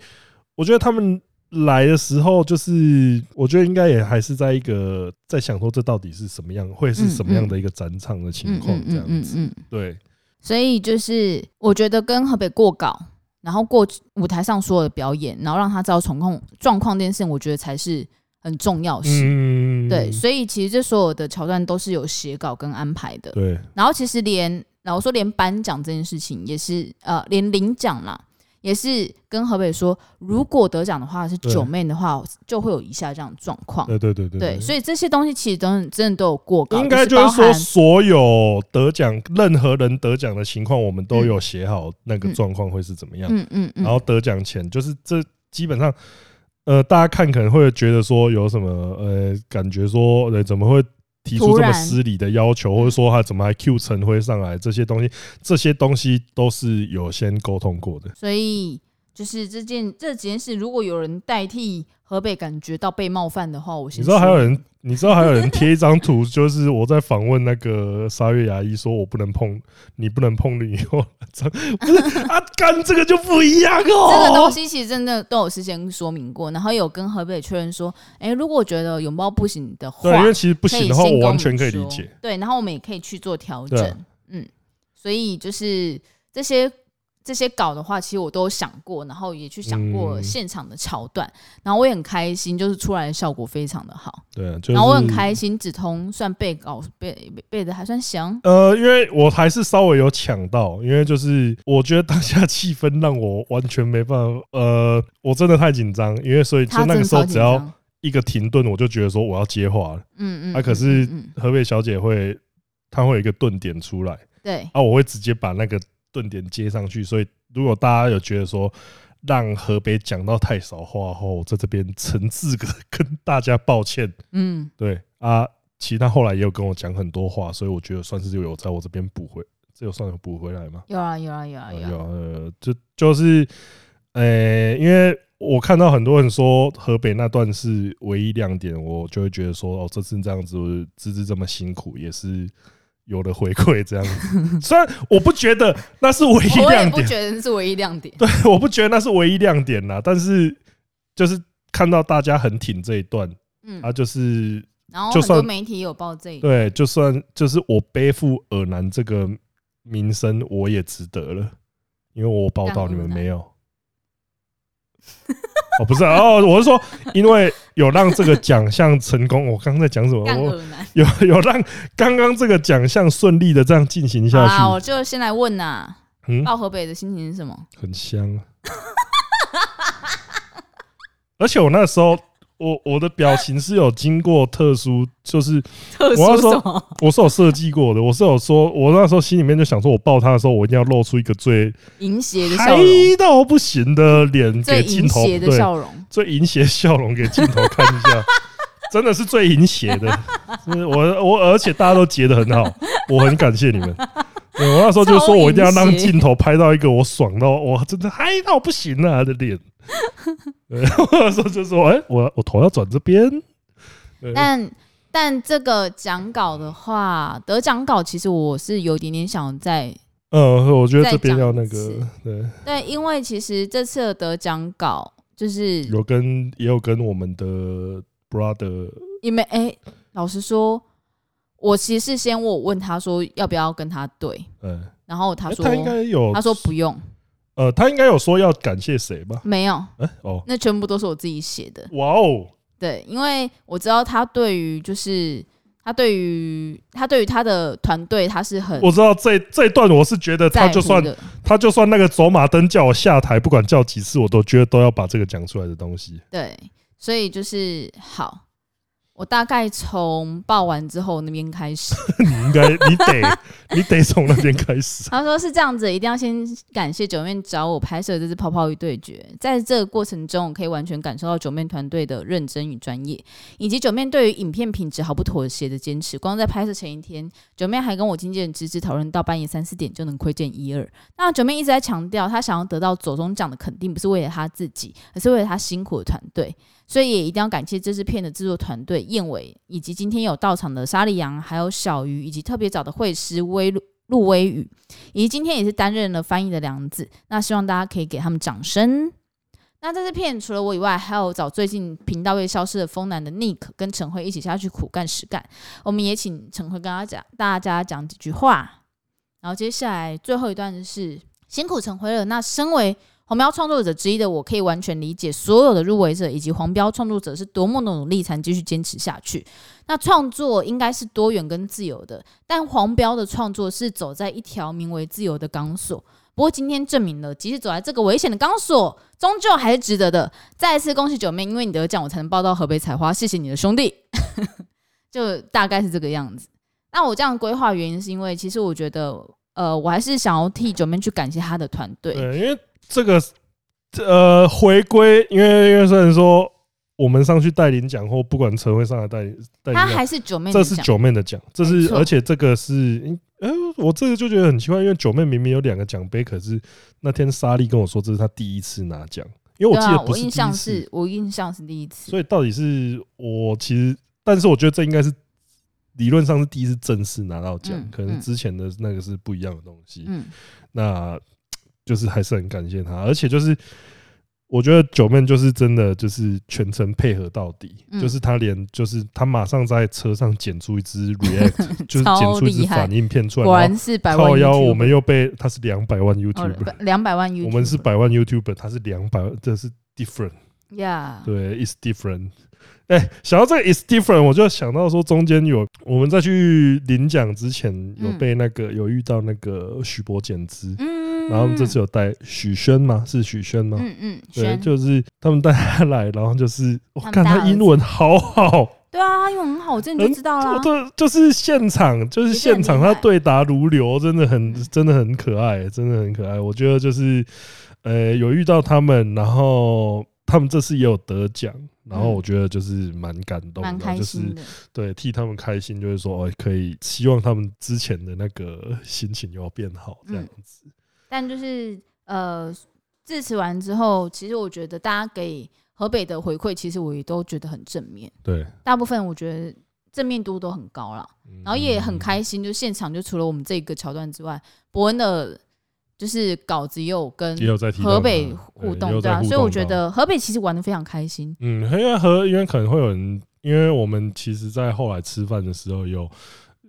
B: 我觉得他们来的时候，就是我觉得应该也还是在一个在想说这到底是什么样，会是什么样的一个展场的情
A: 嗯
B: 况
A: 嗯
B: 这
A: 嗯
B: 样
A: 嗯
B: 子。
A: 嗯，
B: 对，
A: 所以就是我觉得跟河北过稿，然后过舞台上所有的表演，然后让他知道重控状况这件事情，我觉得才是很重要的事。
B: 嗯，
A: 对，所以其实这所有的桥段都是有写稿跟安排的。
B: 对，
A: 然后其实连，然后说连颁奖这件事情也是，呃，连领奖啦，也是跟河北说，如果得奖的话是
B: 对
A: 九妹的话，就会有以下这样的状况。
B: 对对对对
A: 对，所以这些东西其实都真的都有过稿，
B: 应该
A: 就
B: 就是
A: 包
B: 是说，
A: 含
B: 所有得奖任何人得奖的情况，我们都有写好那个状况会是怎么样。
A: 嗯嗯嗯，
B: 然后得奖前，就是这基本上，呃，大家看可能会觉得说有什么呃，感觉说呃怎么会提出
A: 突
B: 这么
A: 然
B: 失礼的要
A: 嗯
B: 求，或者说他怎么还 Q 陈辉上来这些东西，这些东西都是有先沟通过的。
A: 所以就是这件这几件事，如果有人代替河北感觉到被冒犯的话，我先
B: 你知道还有
A: 说
B: 人，你知道还有人贴一张图，就是我在访问那个沙月牙医，说我不能碰，你不能碰你以 后，不是啊，干这个就不一样
A: 这个东
B: 哦。
A: 西其实真的都有事先说明过，然后有跟河北确认说，哎、如果觉得拥抱不行的话，
B: 对，因为其实不
A: 不
B: 行的话，我完全可以理解。。
A: 对，然后我们也可以去做调
B: 对啊
A: 整。嗯，所以就是这些这些稿的话，其实我都有想过，然后也去想过
B: 嗯
A: 现场的桥段，然后我也很开心，就是出来的效果非常的好，
B: 对，就是
A: 然后我很开心，梓潼算背稿背背背的还算详。
B: 呃，因为我还是稍微有抢到，因为就是我觉得当下气氛让我完全没办法，呃，我真的太紧张，因为所以就
A: 他
B: 那
A: 真
B: 个
A: 的
B: 时候
A: 超
B: 只
A: 紧
B: 要
A: 张，
B: 一个停顿，我就觉得说我要接话了。
A: 嗯嗯，
B: 啊可
A: 嗯
B: 是
A: 嗯嗯
B: 河北小姐会，她会有一个顿点出来。
A: 对，
B: 啊，我会直接把那个顿点接上去。所以如果大家有觉得说让河北讲到太少话后，我在这边诚挚的跟大家抱歉。
A: 嗯，
B: 对啊，其实他后来也有跟我讲很多话，所以我觉得算是有在我这边补回，这有算有补回来吗？
A: 有啊有啊有啊有
B: 有
A: 啊，
B: 啊，呃，就就是，呃，因为我看到很多人说河北那段是唯一亮点，我就会觉得说，哦，这次这样子，芝芝这么辛苦，也是有了回馈这 样子。虽然我不觉得那是唯一
A: 我也
B: 亮
A: 不
B: 点，
A: 觉得是唯一亮点。
B: 我不觉得那是唯一亮点啦，但是就是看到大家很挺这一段，
A: 嗯，
B: 啊，就是
A: 然后
B: 就
A: 很多
B: 算
A: 媒体也有报这一
B: 对，就算就是我背负尔南这个名声，我也值得了，因为我报道你们没有。 哦，不是啊哦，我是说，因为有让这个奖项成功。我刚刚在讲什么？
A: 干
B: 我
A: 恶男。
B: 有有让刚刚这个奖项顺利的这样进行下
A: 啊，我
B: 去，
A: 就先来问啊呐、
B: 嗯，
A: 到河北的心情是什么？
B: 很香啊。而且我那时候，我我的表情是有经过特殊，就是
A: 特
B: 我要说
A: 么？
B: 我是有设计过的，我是有说，我那时候心里面就想说，我抱他的时候，我一定要露出一个最
A: 淫邪的笑
B: 嗨
A: 容，
B: 到不行的脸
A: 最
B: 给镜
A: 淫
B: 头，
A: 邪的
B: 对，
A: 笑容。
B: 最淫邪笑容给镜头看一 下，真的是最淫邪的。是我我，而且大家都截得很好，我很感谢你们。对我那时候就说我一定要
A: 超
B: 让
A: 淫邪
B: 镜头拍到一个我爽到我真的嗨到不行啊的脸。 对，我那时候就说，哎、我我头要转这边。对
A: 但但这个讲稿的话，得奖稿其实我是有一点点想在
B: 嗯，我觉得
A: 再
B: 这边
A: 讲
B: 要
A: 一
B: 那个
A: 次，
B: 对。
A: 对，因为其实这次的得奖稿就是
B: 有跟也有跟我们的 brother，
A: 因为哎、老实说，我其实是先我问他说要不要跟他对，
B: 嗯，
A: 然后他
B: 诶
A: 说、
B: 他应该有，
A: 他说不用，
B: 呃，他应该有说要感谢谁吧？
A: 没有，
B: 哎、哦，
A: 那全部都是我自己写的。
B: 哇哦，
A: 对，因为我知道他对于就是他对于他对于他的团队他是很
B: 我知道这这段我是觉得他
A: 在
B: 就
A: 乎
B: 算
A: 的，
B: 他就算那个走马灯叫我下台，不管叫几次，我都觉得都要把这个讲出来的东西。
A: 对，所以就是好，我大概从报完之后那边开始，
B: 你应该，你得，你得从那边开始。
A: 他说是这样子，一定要先感谢九面找我拍摄这支泡泡鱼对决，在这个过程中，我可以完全感受到九面团队的认真与专业，以及九面对于影片品质毫不妥协的坚持。光在拍摄前一天，九面还跟我经纪人直直讨论到半夜三四点就能窥见一二。那九面一直在强调，他想要得到左宗奖的肯定，不是为了他自己，而是为了他辛苦的团队。所以也一定要感谢这支片的制作团队燕尾，以及今天有到场的沙利杨，还有小鱼，以及特别早的会师威陆陆威宇，以及今天也是担任了翻译的梁子。那希望大家可以给他们掌声。那这支片除了我以外，还有找最近频道被消失的风南的 Nick 跟陈辉一起下去苦干实干。我们也请陈辉跟他讲，大家讲几句话。然后接下来最后一段是辛苦陈辉了。那身为黄标创作者之一的我，可以完全理解所有的入围者以及黄标创作者是多么的努力才能继续坚持下去。那创作应该是多元跟自由的，但黄标的创作是走在一条名为自由的钢索。不过今天证明了，即使走在这个危险的钢索，终究还是值得的。再一次恭喜九妹，因为你得奖，我才能报到河北采花。谢谢你的兄弟， 就大概是这个样子。那我这样规划原因是因为，其实我觉得，呃，我还是想要替九妹去感谢他的团队。
B: 对，因为这个呃回归，因为因为虽然说我们上去带领奖或不管陈会上来带领带
A: 他
B: 领奖，
A: 还是九妹
B: 这
A: 的
B: 是
A: 奖，
B: 九妹的奖，这
A: 没
B: 是
A: 错
B: 而且这个是，哎、我这个就觉得很奇怪，因为九妹明明有两个奖杯，可是那天莎莉跟我说这是她第一次拿奖，因为
A: 对
B: 我记得
A: 啊，
B: 不
A: 我
B: 是
A: 印
B: 第一
A: 象
B: 次，
A: 是我印象是第一次，
B: 所以到底是我其实，但是我觉得这应该是。理论上是第一次正式拿到奖，
A: 嗯
B: 可能
A: 嗯
B: 之前的那个是不一样的东西。
A: 嗯，
B: 那就是还是很感谢他，而且就是我觉得九妹就是真的就是全程配合到底，
A: 嗯
B: 就是他连就是他马上在车上剪出 一支 React，就是剪
A: 超
B: 出一支
A: 厉害
B: 反应片出来，
A: 果
B: 啊然
A: 然是百
B: 后
A: 万
B: 靠
A: YouTube，哦
B: 腰我们又被他是两百万 YouTuber，、
A: 两百万 YouTube，
B: 我们是百万 YouTuber，他是两百，这是 different，
A: 呀，
B: 对，is different。哎、想到这个 is different，我就想到说中间有我们在去领奖之前有
A: 嗯
B: 被那个、有遇到那个许博剪枝，
A: 嗯
B: 然后他们这次有带许宣吗？是许宣吗？
A: 嗯嗯，
B: 对，
A: 轩
B: 就是他们带他来，然 后就是我
A: 他们
B: 看
A: 大
B: 他
A: 儿
B: 英文好好，
A: 对啊，他英文很好，我真的就知道
B: 我
A: 啦。
B: 对，就是现场，就是现场
A: 啊也是很厉
B: 他
A: 害
B: 对答如流，真的很
A: 嗯，
B: 真的很可爱，真的很可爱。我觉得就是，呃，有遇到他们，然后他们这次也有得奖，然后
A: 嗯
B: 我觉得就是蛮感动
A: 蛮
B: 的，
A: 开
B: 就是
A: 心的，
B: 对替他们开心，就是说哦，可以希望他们之前的那个心情有变好这样
A: 嗯
B: 子。
A: 但就是呃，致辞完之后，其实我觉得大家给河北的回馈，其实我也都觉得很正面，
B: 对，
A: 大部分我觉得正面度都很高啦。然后也很
B: 嗯
A: 开心，就现场就除了我们这个桥段之外，伯恩的就是稿子也有跟
B: 也有在提到
A: 河北
B: 他
A: 互
B: 也有
A: 动，
B: 在
A: 对啊，
B: 互
A: 所以我
B: 动
A: 觉
B: 到
A: 得河北其实玩的非常开心。
B: 嗯，因为和因为可能会有人，因为我们其实在后来吃饭的时候有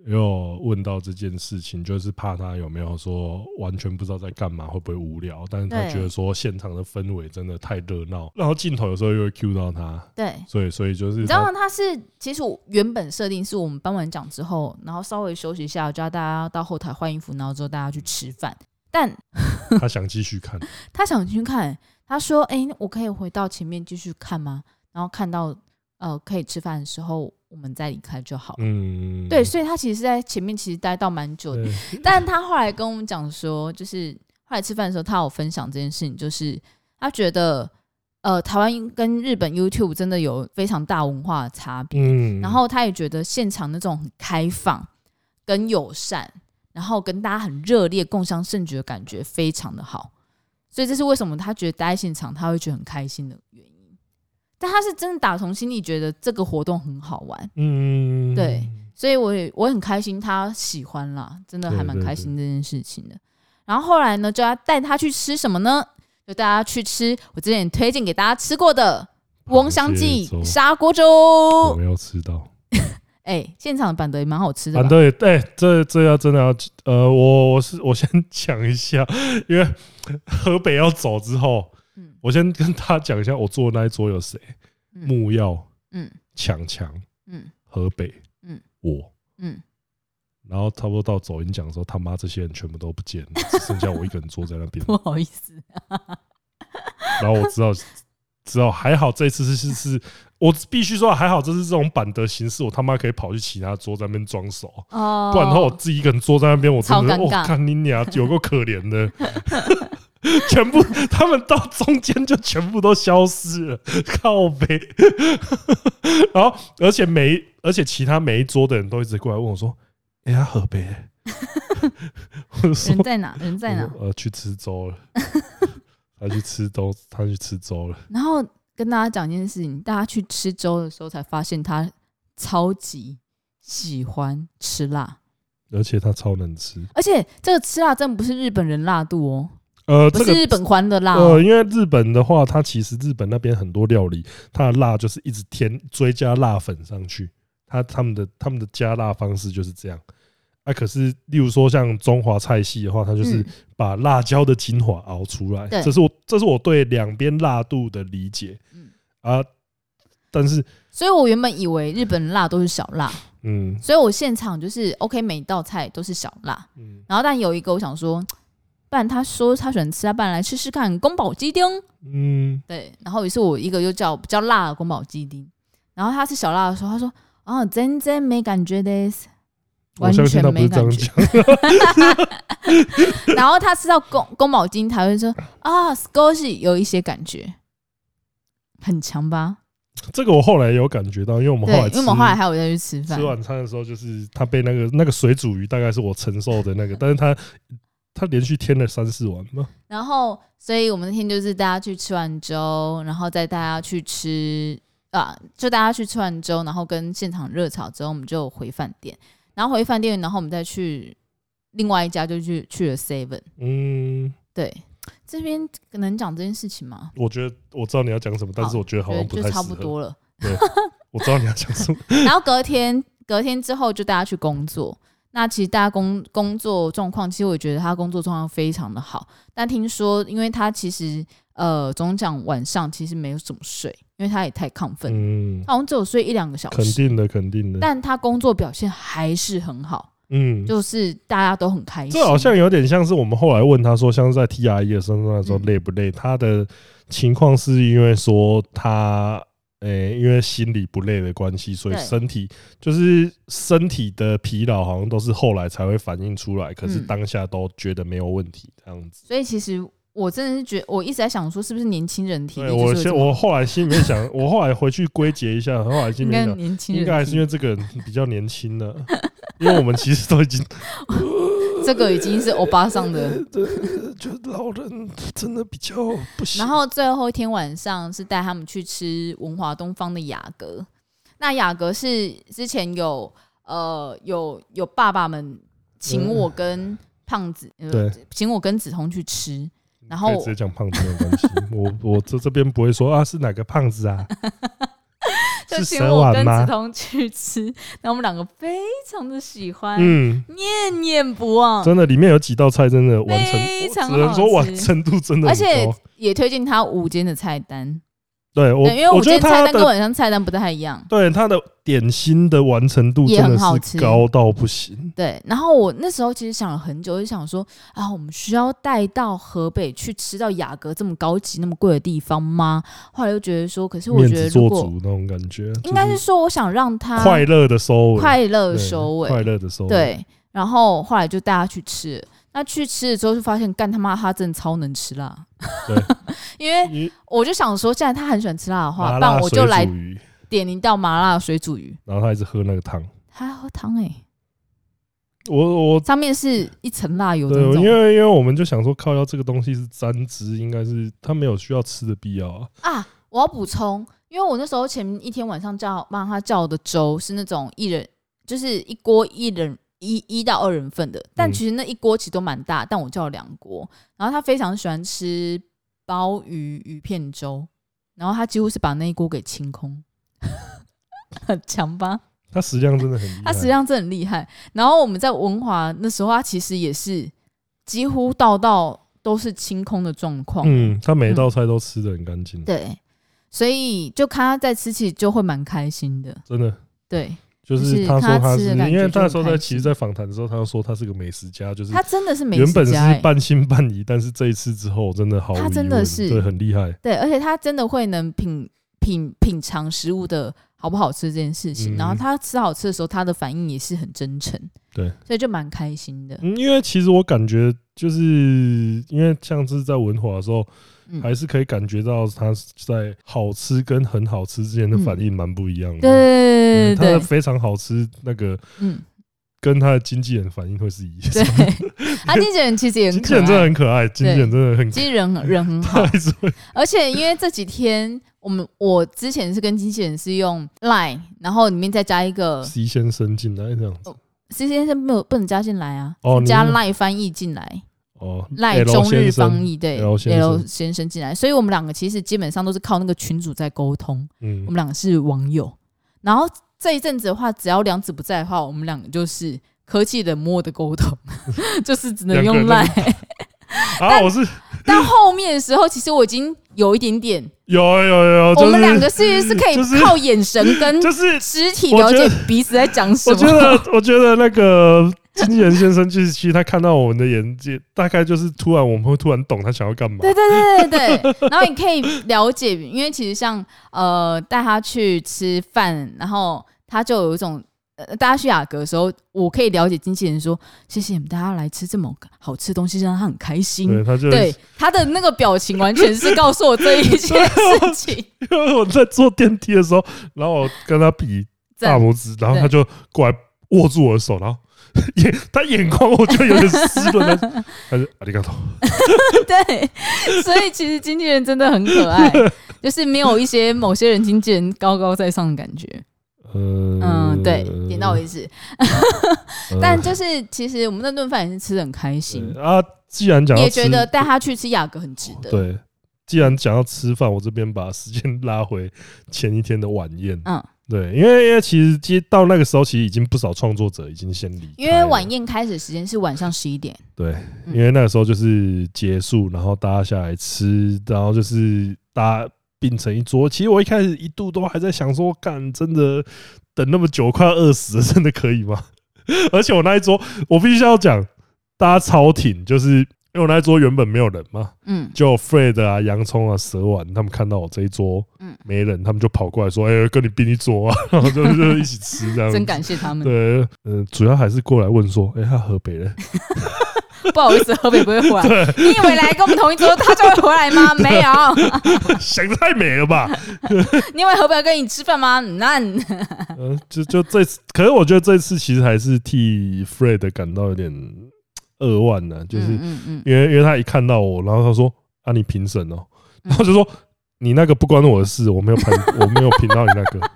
B: 有问到这件事情，就是怕他有没有说完全不知道在干嘛，会不会无聊？但是他
A: 对
B: 觉得说现场的氛围真的太热闹，然后镜头有时候又会 cue 到他，
A: 对，
B: 所以所以就是
A: 你知道
B: 他
A: 吗？他是其实我原本设定是我们颁完奖之后，然后稍微休息一下，叫大家到后台换衣服，然后之后大家去吃饭。但
B: 他想继续 看，
A: 他想去看，他说：“哎、我可以回到前面继续看吗？”然后看到呃可以吃饭的时候，我们再离开就好。
B: 嗯，
A: 对，所以他其实是在前面其实待到蛮久的，
B: 对
A: 但他后来跟我们讲说，就是后来吃饭的时候，他有分享这件事情，就是他觉得呃，台湾跟日本 YouTube 真的有非常大文化的差别，
B: 嗯，
A: 然后他也觉得现场那种很开放、跟友善，然后跟大家很热烈共襄盛举的感觉非常的好，所以这是为什么他觉得待在现场他会觉得很开心的原因。但他是真的打从心里觉得这个活动很好玩，
B: 嗯，
A: 对所以我也我很开心，他喜欢啦，真的
B: 对
A: 还蛮
B: 对
A: 开
B: 对
A: 心这件事情的。然后后来呢，就要带他去吃什么呢？就带他去吃我之前推荐给大家吃过的翁香记
B: 螃蟹粥
A: 砂锅
B: 我
A: 粥。
B: 没有吃到。
A: 哎、现场的板德也蛮好吃的
B: 啊，
A: 吧，
B: 对，对，这这要真的要，呃，我我是我先讲一下，因为河北要走之后，
A: 嗯
B: 我先跟他讲一下，我坐的那一桌有谁：
A: 嗯
B: 木曜、
A: 嗯
B: 强强、
A: 嗯
B: 河北，
A: 嗯，
B: 我。
A: 嗯，
B: 然后差不多到走音讲的时候，他妈这些人全部都不见 了，只剩下我一个人坐在那边。
A: 不好意思，
B: 然后我知道之后，还好这次是是是，我必须说还好，这是这种板的形式，我他妈可以跑去其他桌在那边装熟，
A: 哦
B: 不然的话我自己一个人坐在那边，我真的
A: 超尴
B: 我
A: 尬
B: 看你俩有够可怜的。 全部，他们到中间就全部都消失了，靠背。然后，而且每一而且其他每一桌的人都一直过来问我说：“哎、呀，河北、我就说
A: 人在哪？人在
B: 我
A: 哪？
B: 说呃，去吃粥了。他去吃粥，他去吃粥了。
A: 然后跟大家讲一件事情，大家去吃粥的时候才发现他超级喜欢吃辣，
B: 而且他超能吃。
A: 而且这个吃辣真的不是日本人辣度哦，
B: 呃，
A: 不
B: 这
A: 是
B: 个
A: 日本欢的辣哦、
B: 呃，因为日本的话，它其实日本那边很多料理，它的辣就是一直添追加辣粉上去，它他们的他们的加辣方式就是这样。啊，可是例如说像中华菜系的话，它就是
A: 嗯
B: 把辣椒的精华熬出来，
A: 对
B: 这是我这是我对两边辣度的理解。
A: 嗯
B: 啊，但是
A: 所以我原本以为日本辣都是小辣，
B: 嗯
A: 所以我现场就是 OK，每一道菜都是小辣，
B: 嗯
A: 然后但有一个我想说，不然他说他喜欢吃，啊，不然来试试看宫保鸡丁。
B: 嗯，
A: 对，然后于是我一个又叫比较辣的宫保鸡丁，然后他吃小辣的时候，他说：“哦，真真没感觉的。”
B: 我
A: 完
B: 相
A: 全
B: 信他不
A: 没
B: 是这
A: 感
B: 样
A: 觉，
B: 讲。
A: 然后他吃到宫宫保鸡丁才会说啊，少し有一些感觉，很强吧？
B: 这个我后来有感觉到，因为我们
A: 对
B: 后来，
A: 因为我们后来还有再去吃饭
B: 吃，晚餐的时候，就是他被那个那个水煮鱼，大概是我承受的那个，但是他他连续添了三四碗吧。
A: 然后所以我们那天就是大家去吃完粥，然后再大家去吃啊，就大家去吃完粥，然后跟现场热炒之后，我们就回饭店，然后回饭店，然后我们再去另外一家，就去去了 Seven。
B: 嗯，
A: 对，这边能讲这件事情吗？
B: 我觉得我知道你要讲什么，但是我觉得好
A: 觉得
B: 像不
A: 就
B: 太适
A: 差不
B: 合。
A: 多了。
B: 我知道你要讲 什么，
A: 然后隔天，隔天之后就大家去工作。那其实大家工工作状况，其实我觉得他工作状况非常的好。但听说，因为他其实呃，总讲晚上其实没有怎么睡，因为他也太亢奋，
B: 嗯，
A: 他好像只有睡一两个小
B: 肯
A: 时。
B: 定的，肯定的，
A: 但他工作表现还是很好，
B: 嗯。
A: 就是大家都很开心。
B: 这好像有点像是我们后来问他说，像是在 T R E 的身上的时候
A: 嗯
B: 累不累？他的情况是因为说他，诶、因为心理不累的关系，所以
A: 对
B: 身体就是身体的疲劳好像都是后来才会反映出来，可是
A: 嗯
B: 当下都觉得没有问题这样子。
A: 所以其实我真的是觉得，我一直在想说，是不是年轻人体力
B: 对
A: 就
B: 我
A: 是会这
B: 先，
A: 么
B: 我后来心里面 想，我后来回去归结一下，后来心
A: 应
B: 里面
A: 该
B: 想，
A: 年轻人
B: 应该还是
A: 体
B: 因为这个人比较年轻呢，因为我们其实都已 经
A: 这个已经是欧巴桑的。
B: 觉得老人真的比较不行
A: 然。后最后一天晚上是带他们去吃文华东方的雅阁。那雅阁是之前有呃有有爸爸们请我跟胖子，呃
B: 嗯对，
A: 请我跟梓潼去吃。然
B: 可以
A: 后
B: 直接讲胖子没有关系，我我这这边不会说啊是哪个胖子啊，
A: 就是请
B: 蛇
A: 我跟
B: 丸
A: 梓潼
B: 吗？
A: 去吃，然后我们两个非常的喜欢，
B: 嗯，
A: 念念不忘，
B: 真的里面有几道菜真的完成，
A: 嗯非
B: 我
A: 常
B: 只能
A: 好
B: 说
A: 吃
B: 完成度真的
A: 而
B: 很
A: 且
B: 高。
A: 也推荐他午间的菜单，
B: 对我
A: 对，因为，午
B: 觉
A: 间
B: 得
A: 菜
B: 他
A: 单跟
B: 的
A: 晚上菜单不太一样。
B: 对他的点心的完成度
A: 也
B: 真
A: 很好
B: 的
A: 吃
B: 是高到不行。
A: 对，然后我那时候其实想了很久，就想说啊，我们需要带到河北去吃到雅阁这么高级、那么贵的地方吗？后来又觉得说，可是我
B: 面
A: 觉得
B: 子
A: 如
B: 做
A: 果
B: 主那种感觉，
A: 应该
B: 就是
A: 说，我想让他
B: 快乐的收尾，
A: 快乐
B: 对
A: 收
B: 快
A: 尾，
B: 乐的收尾。，
A: 对。然后后来就带他去吃了，那去吃了之后就发现，干他妈他真的超能吃辣，
B: 对
A: 因为
B: 因为
A: 我就想说，既然他很喜欢吃辣的话，
B: 麻
A: 那
B: 辣
A: 我
B: 水
A: 就来
B: 煮鱼，
A: 点一道麻辣水煮鱼，
B: 然后他一直喝那个汤。
A: 他还喝汤哎、
B: 我我
A: 上面是一层辣油的
B: 对
A: 那，种
B: 因为因为我们就想说靠腰这个东西是沾汁，应该是他没有需要吃的必要啊。
A: 啊。我要补充，因为我那时候前一天晚上叫帮他叫的粥是那种一人，就是一锅一人一一到二人份的，但
B: 嗯
A: 其实那一锅其实都蛮大，但我叫了两锅。然后他非常喜欢吃鲍鱼鱼片粥，然后他几乎是把那一锅给清空， 很强吧？
B: 他食量真的很厉害，
A: 他实际上真的很厉害。然后我们在文华那时候，他其实也是几乎到到都是清空的状况。
B: 嗯，他每一道菜都吃的很干净，
A: 对，所以就看他在吃，其实就会蛮开心的。
B: 真的。
A: 对，
B: 就是他说他
A: 嗯就是是他吃的感觉
B: 因为
A: 就
B: 那时候
A: 很开
B: 在其实，
A: 心
B: 在访谈的时候，他就说他是个美食家，就是
A: 他真的是美食
B: 原本是
A: 家欸
B: 半信半疑，但是这一次之后真的好，
A: 他真的是
B: 对很厉害，
A: 对，而且他真的会能品品品尝食物的好不好吃这件事情，
B: 嗯
A: 然后他吃好吃的时候，他的反应也是很真诚，
B: 对，
A: 所以就蛮开心的。
B: 嗯，因为其实我感觉就是因为像是在文华的时候，
A: 嗯，
B: 还是可以感觉到他在好吃跟很好吃之间的反应蛮不一样的。
A: 嗯对对
B: 嗯他的
A: 对对，
B: 非常好吃那个
A: 嗯，
B: 跟他的经纪人反应会是一样。
A: 对， 他经纪人其实也很
B: 经纪
A: 可
B: 人真 的
A: 爱，
B: 很可爱，经纪人真的很可
A: 经纪人很人很好，
B: 爱，他一直会
A: 而且因为这几天我们我之前是跟经纪人是用 Line，然后里面再加一个
B: C 先生进来这样子。
A: C 先生没有不能加进来啊，
B: 哦
A: 是加
B: 你是
A: Line 翻译进来。
B: 哦，
A: 赖
B: L
A: 中日
B: 先生
A: 翻译对
B: L 先生
A: 先生进来，所以我们两个其实基本上都是靠那个群主在沟通，我
B: 嗯
A: 们两个是网友。然后这一阵子的话，只要梁子不在的话，我们两个就是科技冷漠的沟 通， 就是只能用赖
B: 两。啊，我是
A: 但后面的时候，其实我已经有一点 点，
B: 有有有有，
A: 我
B: 哦就
A: 们两
B: 是
A: 个其实是可
B: 就是
A: 以靠眼神跟
B: 就是
A: 肢体了
B: 我
A: 解
B: 觉
A: 彼此在讲什
B: 我觉
A: 么。
B: 得，我觉得那个经纪人先生，就是其实他看到我们的眼界，大概就是突然我们会突然懂他想要干嘛。
A: 对对对对对对，然后你可以了解，因为其实像呃带他去吃饭，然后他就有一种呃大家去雅阁的时候，我可以了解经纪人说谢谢你们大家来吃这么好吃的东西，让他很开
B: 对，
A: 心。
B: 他就
A: 对他的那个表情完全是告诉我这一件事 情，
B: 因为我在坐电梯的时候，然后我跟他比大
A: 赞
B: 拇指，然后
A: 对
B: 他就过来握住我的手，然后眼他眼光我就有点湿润， 他他就阿里嘎多，
A: 对，所以其实经纪人真的很可爱，就是没有一些某些人经纪人高高在上的感觉。
B: 嗯
A: 嗯，对，点到为止。
B: 嗯
A: 但就是其实我们那顿饭也是吃的很开心，
B: 对啊，既然讲到
A: 也
B: 吃哦
A: 觉得带他去吃雅阁很值得。
B: 对，既然讲到吃饭，我这边把时间拉回前一天的晚宴。
A: 嗯，
B: 对，因为因为其实接到那个时候，其实已经不少创作者已经先离开了，
A: 因为晚宴开始时间是晚上十一点，
B: 对，
A: 嗯
B: 因为那个时候就是结束，然后大家下来吃，然后就是大家并成一桌。其实我一开始一度都还在想说，干真的等那么久，快要饿死了，真的可以吗？ 而且我那一桌，我必须要讲，大家超挺，就是因为我那一桌原本没有人嘛，
A: 嗯，
B: 就 Fred 啊、洋葱啊、蛇丸他们看到我这一桌
A: 嗯
B: 没人，他们就跑过来说：“哎、跟你并一桌啊！” 然后就就一起 吃这样子。
A: 真感谢他们。
B: 对，嗯、主要还是过来问说：“哎、他河北人？
A: 不好意思，河北不会回来。你以为来跟我们同一桌他就会回来吗？没有。
B: 想得太美了吧？”
A: 你以为河北会跟你吃饭吗？那
B: 嗯，就就这次，可是我觉得这次其实还是替 Fred 感到有点扼腕呢、就是
A: 嗯嗯嗯
B: 因为因为他一看到我，然后他说：“啊，你评审哦。”
A: 嗯
B: 然后就说：“你那个不关我的事，我没有评，我没有评到你那个。”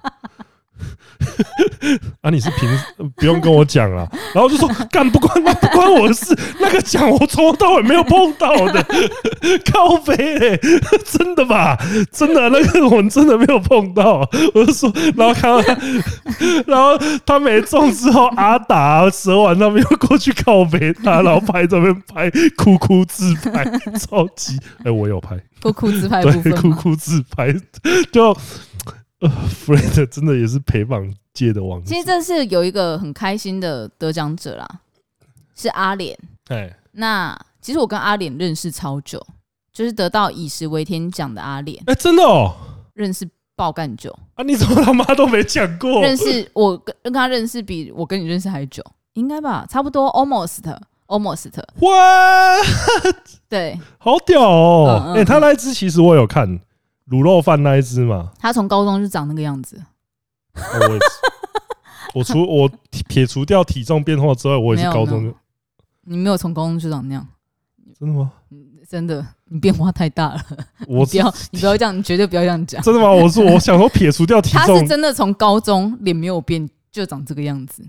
B: 啊，你是评，呃不用跟我讲啦。然后就说：“干不关那不关我的事，那个奖我从头到尾没有碰到的，靠背嘞，真的吧？真的啊那个我真的没有碰到。”我就说，然后看到他，然后他没中之后，阿达、蛇丸他们又过去靠北他，然后拍这边拍，哭哭自拍， 超级哎、我有拍，
A: 哭哭自拍的部
B: 对，
A: 分
B: 哭
A: 吗，
B: 哭自拍， 就呃，Fred 真的也是陪榜界的王子
A: 其，实这是有一个很开心的得奖者啦，是阿脸。
B: 哎，
A: 那其实我跟阿脸认识超久，就是得到以食为天奖的阿脸，
B: 哎、真的哦，
A: 认识爆干久，
B: 啊，你怎么他妈都没讲过？
A: 认识我跟跟他认识比我跟你认识还久，应该吧，差不多 almost almost
B: 哇，
A: 对，
B: 好屌哦！哎、
A: 嗯嗯
B: 他那一只其实我有看卤肉饭那一只嘛，
A: 他从高中就长那个样子，
B: 啊 我也是。我除我撇除掉体重变化之外，我也是
A: 没有
B: 高中
A: 没有
B: 就
A: 你没有从高中就长那样，
B: 真的吗？
A: 真的，你变化太大了，
B: 我
A: 不要你不要这样，你绝对不要这样讲，
B: 真的吗？我是我想说撇除掉体
A: 他是
B: 重，
A: 真的从高中脸没有变就长这个样子，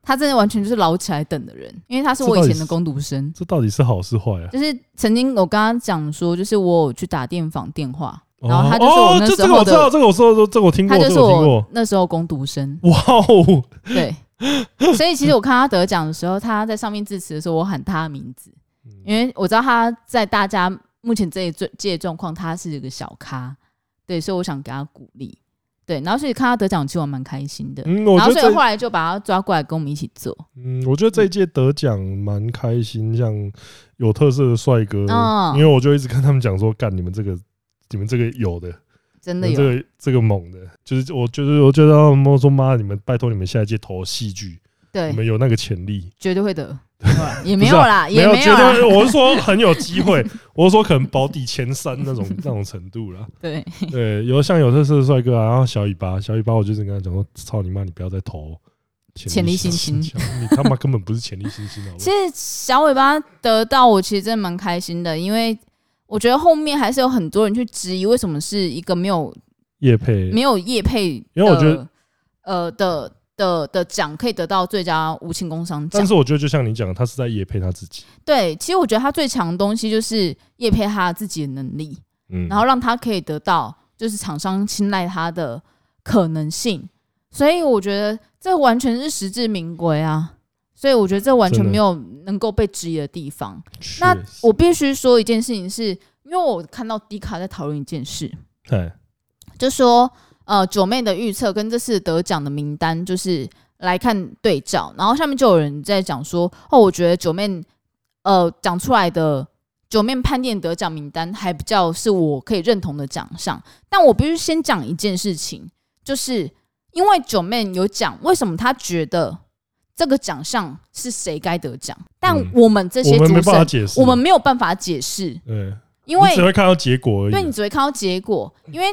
A: 他真的完全就是老起来等的人，因为他是我以前的工读生。
B: 这到底是好是坏啊？
A: 就是曾经我跟他讲说，就是我有去打电访电话，然后他就
B: 哦
A: 是我
B: 哦
A: 那
B: 这
A: 时
B: 这个
A: 候
B: 我知道，
A: 的，
B: 这个我说的这个我听过，
A: 他
B: 这
A: 就是
B: 个我听
A: 我
B: 过。
A: 那时候攻读生，
B: 哇哦，
A: 对。所以其实我看他得奖的时候，他在上面致辞的时候，我喊他的名字，
B: 嗯
A: 因为我知道他在大家目前这一最这一状况，他是一个小咖，对，所以我想给他鼓励。对，然后所以看他得奖，其实我蛮开心的。
B: 嗯，我
A: 然后
B: 觉得
A: 所以
B: 这
A: 后来就把他抓过来跟我们一起做。
B: 嗯，我觉得这一届得奖蛮开心，像有特色的帅哥，
A: 嗯
B: 因为我就一直跟他们讲说，干你们这个，你们这个有的，
A: 真
B: 你
A: 的
B: 们
A: 有
B: 嗯这个这个猛的，就是我觉得，我觉得他们说妈，你们拜托你们下一届投戏剧，
A: 对
B: 你，们有那个潜力，
A: 绝对会得， 也没有啦，
B: 没
A: 也
B: 有，
A: 没
B: 绝
A: 有啊啦，
B: 对，我是说很有机会，我是说可能保底前三那种那种程度啦。
A: 对，
B: 对，有像有特色的帅哥啊，然后小尾巴，小尾巴，我就是跟他讲说，操你妈，你不要再投
A: 潜力
B: 新
A: 新
B: 星，你他妈根本不是潜力新星，好不好
A: 其实小尾巴得到我其实真的蛮开心的，因为我觉得后面还是有很多人去质疑为什么是一个没有
B: 叶佩
A: 没有业配的，
B: 因为我觉得
A: 呃的的的奖可以得到最佳无情工商奖
B: 但。是我觉得就像你讲的，他是在夜配他自己，
A: 对，其实我觉得他最强的东西就是业配他自己的能力，
B: 嗯，
A: 然后让他可以得到就是厂商青睐他的可能性。所以我觉得这完全是实至名归啊！所以我觉得这完全
B: 真的
A: 没有能够被质疑的地方。
B: 确
A: 那
B: 实
A: 我必须说一件事情是，因为我看到迪卡在讨论一件事，
B: 哎，
A: 就说呃九妹的预测跟这次得奖的名单就是来看对照，然后下面就有人在讲说，哦，我觉得九妹呃讲出来的九妹判定得奖名单还比较是我可以认同的奖项，但我必须先讲一件事情，就是因为九妹有讲为什么她觉得。这个奖项是谁该得奖？但
B: 嗯
A: 我们这些
B: 我
A: 主
B: 们没办法
A: 审，
B: 解释，
A: 我们没有办法解释，
B: 对，
A: 因为
B: 你只会看到结果而已啊
A: 对你，只会看到结果，因为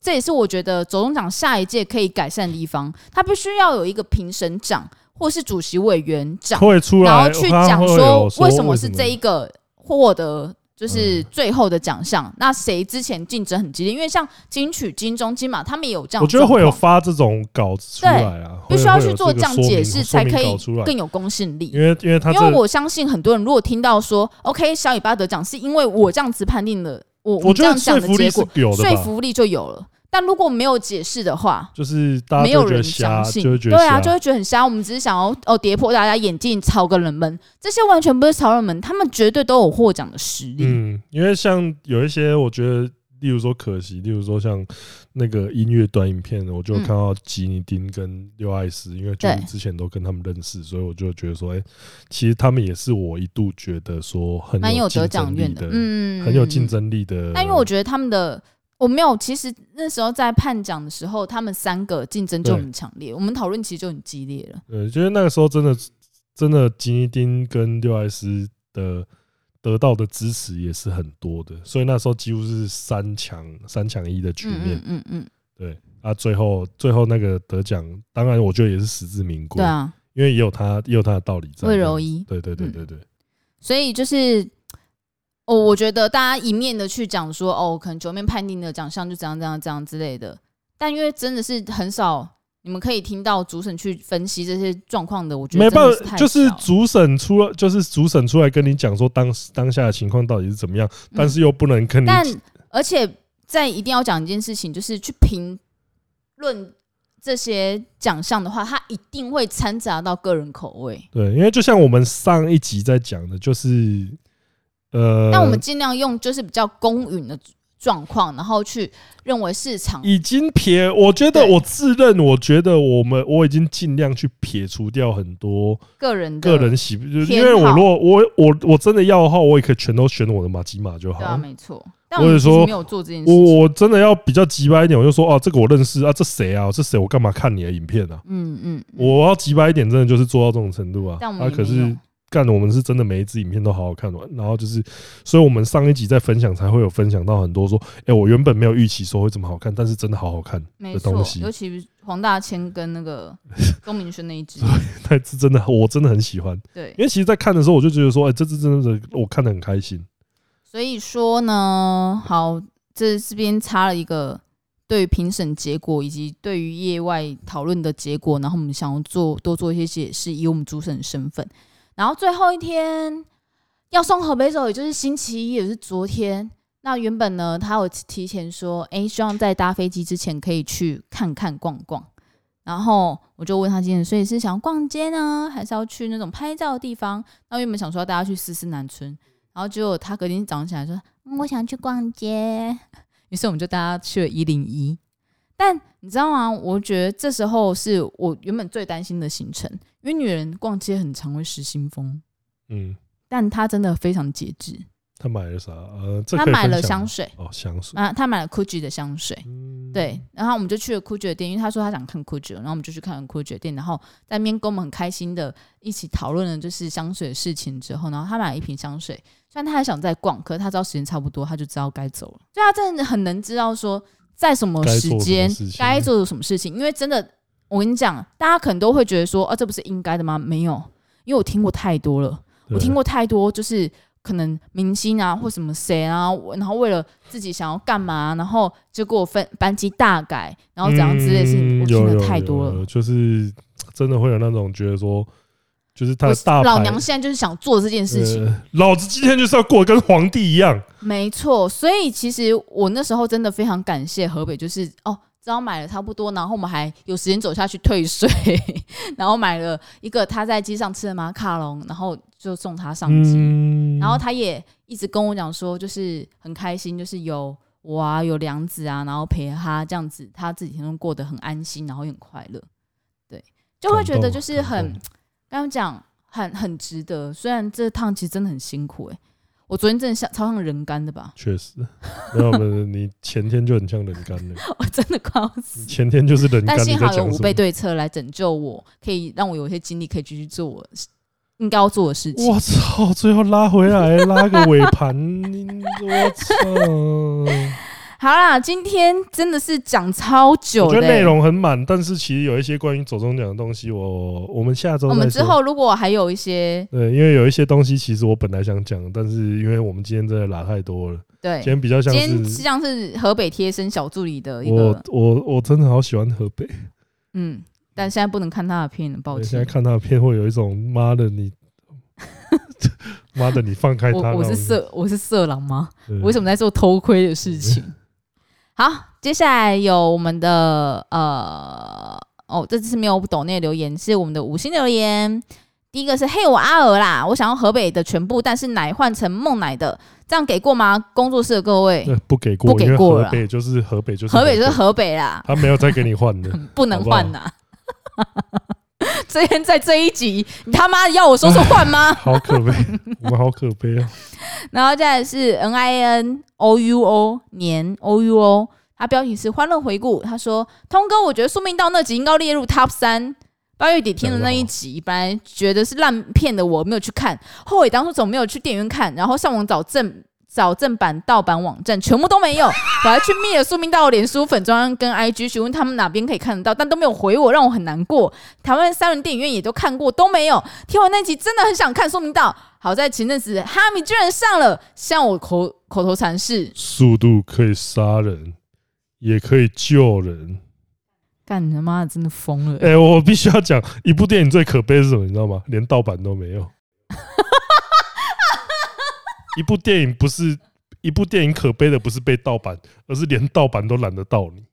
A: 这也是我觉得走中奖下一届可以改善的地方，他必须要有一个评审长或是主席委员长，
B: 会出来，
A: 然后去讲说为
B: 为
A: 什么是这一个获得。就是
B: 嗯
A: 最后的奖项，那谁之前竞争很激烈？因为像金曲、金钟、金马，他们也有这样
B: 我
A: 的
B: 觉
A: 状
B: 得
A: 况，
B: 会有发这种稿子出来啊，
A: 必须
B: 会
A: 要
B: 会有
A: 去做这
B: 这个
A: 样
B: 说明
A: 解释，
B: 说
A: 才
B: 明
A: 可
B: 稿
A: 以
B: 出来，
A: 更有公信力
B: 因。为因为他
A: 因为
B: 这，
A: 我相信很多人如果听到说，OK，小尾巴得奖是因为我这样子判定的，我
B: 我
A: 这
B: 觉
A: 样
B: 得说
A: 讲的
B: 服力
A: 结
B: 是
A: 果，
B: 有的
A: 说
B: 吧，
A: 服力就有了。但如果没有解释的话，
B: 就是大
A: 没
B: 家就
A: 有
B: 会觉
A: 人
B: 得瞎，
A: 相信，
B: 就会觉得
A: 对啊，
B: 瞎，
A: 就会觉得很瞎。我们只是想要哦跌破大家眼镜，炒个冷门，这些完全不是炒冷门，他们绝对都有获奖的实力。
B: 嗯，因为像有一些，我觉得，例如说可惜，例如说像那个音乐短影片，我就
A: 嗯
B: 看到吉尼丁跟刘爱斯，因为就是
A: 对
B: 之前都跟他们认识，所以我就觉得说，哎、其实他们也是我一度觉得说很
A: 蛮有
B: 竞
A: 得
B: 争
A: 奖
B: 力
A: 院
B: 的，
A: 嗯，
B: 很有竞
A: 嗯。
B: 争力的。
A: 但因为我觉得他们的我没有，其实那时候在判奖的时候，他们三个竞争就
B: 对
A: 很强烈，我们讨论其实就很激烈了。
B: 呃，就是那个时候真的真的吉尼丁跟六艾斯的得到的支持也是很多的，所以那时候几乎是三强三强一的局面。
A: 嗯嗯嗯，
B: 对啊，最后最后那个得奖，当然我觉得也是实至名归，
A: 对啊，
B: 因为也有他也有他的道理在。
A: 魏柔嗯一，
B: 对对对对对，
A: 所以就是，哦，我觉得大家一面的去讲说，哦，可能九面判定的奖项就怎样怎样怎样之类的，但因为真的是很少，你们可以听到主审去分析这些状况的，我觉得
B: 没
A: 真
B: 办
A: 的
B: 法，
A: 太
B: 就是
A: 少了
B: 主审出了，就是主审出来跟你讲说当当下的情况到底是怎么样，但是又不能跟
A: 嗯
B: 你
A: 但而且在一定要讲一件事情，就是去评论这些奖项的话，它一定会掺杂到个人口味，
B: 对，因为就像我们上一集在讲的，就是呃，
A: 但我们尽量用就是比较公允的状况，然后去认为市场
B: 已经撇，我觉得
A: 对
B: 我自认，我觉得我们我已经尽量去撇除掉很多
A: 个人的
B: 个人喜，就是
A: 偏
B: 因为我
A: 好
B: 如果我我我真的要的话，我也可以全都选我的马吉马就好
A: 对啊，。没错。但
B: 或
A: 我们
B: 者
A: 其实
B: 说
A: 没有做这件事
B: 我
A: 情。
B: 我真的要比较急掰一点，我就说哦，这个我认识啊，这谁啊，这谁？我干嘛看你的影片啊？
A: 嗯嗯，嗯
B: 我要急掰一点，真的就是做到这种程度啊。
A: 但我
B: 啊，
A: 们也
B: 可
A: 没有
B: 是干，我们是真的每一支影片都好好看完，然后就是，所以我们上一集在分享才会有分享到很多说，哎，我原本没有预期说会这么好看，但是真的好好看，
A: 没
B: 的
A: 错
B: 东，西
A: 尤其是黄大千跟那 个钟明轩那一支，
B: 但是真的我真的很喜欢，
A: 对
B: 因，为其实，在看的时候我就觉得说，哎，这支真的我看得很开心。
A: 所以说呢，好，这这边插了一个对于评审结果以及对于业外讨论的结果，然后我们想要做多做一些解释，以我们主审的身份。然后最后一天要送河北手，也就是星期一，也就是昨天。那原本呢，他有提前说，诶，希望在搭飞机之前可以去看看逛逛。然后我就问他今天，所以是想要逛街呢，还是要去那种拍照的地方？那原本想说大家去思思南村，然后结果他隔天 早上起来说：“嗯、我想去逛街。”于是我们就大家去了一零一，但你知道吗？我觉得这时候是我原本最担心的行程，因为女人逛街很常会失心疯，
B: 嗯，
A: 但她真的非常节制。
B: 他买了啥？呃，这
A: 她
B: 可以
A: 买
B: 分
A: 了
B: 享
A: 香
B: 吗
A: 水
B: 哦，香水，
A: 啊，她买了 GUCCI 的香水，
B: 嗯，
A: 对，然后我们就去了 GUCCI 的店，因为她说她想看 GUCCI，然后我们就去看了 GUCCI 的店，然后在那边跟我们很开心的一起讨论了就是香水的事情之后，然后她买了一瓶香水，虽然她还想再逛，可是她知道时间差不多，她就知道该走了，所以她真的很能知道说在什么
B: 该做
A: 时
B: 什么
A: 间
B: 事情
A: 该做什么事情，因为真的我跟你讲，大家可能都会觉得说啊，这不是应该的吗？没有，因为我听过太多了。我
B: 对
A: 听过太多，就是可能明星啊或什么谁啊，我然后为了自己想要干嘛，然后结果分班级大改，然后怎样之类的事情，
B: 嗯
A: 我听
B: 有
A: 的
B: 有
A: 太
B: 有
A: 多了。
B: 有就是真的会有那种觉得说，就是他的大
A: 我老
B: 牌
A: 娘现在就是想做这件事情，
B: 呃老子今天就是要过得跟皇帝一样。
A: 没错。所以其实我那时候真的非常感谢河北，就是哦，只要买了差不多，然后我们还有时间走下去退税， 然后买了一个他在机上吃的马卡龙，然后就送他上机。
B: 嗯
A: 然后他也一直跟我讲说，就是很开心，就是有我啊，有梁子啊，然后陪他这样子，他自己能过得很安心，然后也很快乐。对，就会觉得就是
B: 感
A: 很
B: 动，
A: 刚刚讲很很值得。虽然这趟其实真的很辛苦哎、我昨天真的像超像人干的 吧，
B: 确实，没有没有，你前天就很像人干 了，
A: 我哦真的快要死
B: 你。前天就是人干。
A: 但
B: 你
A: 幸
B: 在
A: 好有
B: 讲
A: 五
B: 什么
A: 倍？对策来拯救我，可以让我有一些精力可以继续做我应该要做的事情。
B: 我操！哦最后拉回来，拉个尾盘， 我操！
A: 好啦，今天真的是讲超久
B: 我觉
A: 的、
B: 得
A: 欸，
B: 内容很满，但是其实有一些关于左中奖的东西，我我们下周
A: 我
B: 再
A: 们
B: 说
A: 之后如果还有一些
B: 对，因为有一些东西其实我本来想讲，但是因为我们今天真的拉太多了，
A: 对
B: 今，天比较像
A: 今天实际
B: 是
A: 上是河北贴身小助理的一
B: 我
A: 个，
B: 我我真的好喜欢河北，
A: 嗯，但现在不能看他的片了，抱
B: 对现在
A: 歉。
B: 看他的片会有一种妈的你，妈的你放开他，
A: 我我是
B: 色，
A: 色我是色狼吗？
B: 对
A: 我为什么在做偷窥的事情？好，接下来有我们的呃哦，这次没有抖内留言，是我们的五星留言。第一个是嘿我阿尔啦，我想要河北的全部，但是奶换成梦奶的，这样给过吗？工作室的各位
B: 对，不给过，
A: 不给
B: 因为
A: 过
B: 河
A: 了
B: 北就是河北就是
A: 河北就是河北啦，
B: 他没有再给你换 的，
A: 嗯不能
B: 好不好
A: 换呐、这天在这一集，你他妈要我说说换吗？
B: 好可悲，我们好可悲啊！
A: 然后再来是 N I N O U O 年 O U O，它标题是欢乐回顾。他说：“通哥，我觉得宿命到那集应该列入 Top 三。八月底听的那一集，本来觉得是烂片的我，没有去看，后悔当初怎么没有去电影院看，然后上网找正找正版、盗版网站，全部都没有。我还去灭了宿命道脸书粉专跟 IG 询问他们哪边可以看得到，但都没有回我，让我很难过。台湾三轮电影院也都看过，都没有。听完那集真的很想看宿命道。好在前阵子哈米居然上了，像我口口头禅是
B: 速度可以杀人，也可以救人。
A: 干你他妈的真的疯了、
B: 哎、我必须要讲，一部电影最可悲是什么？你知道吗？连盗版都没 有。一部电影不是一部电影可悲的，不是被盗版，而是连盗版都懒得盗你。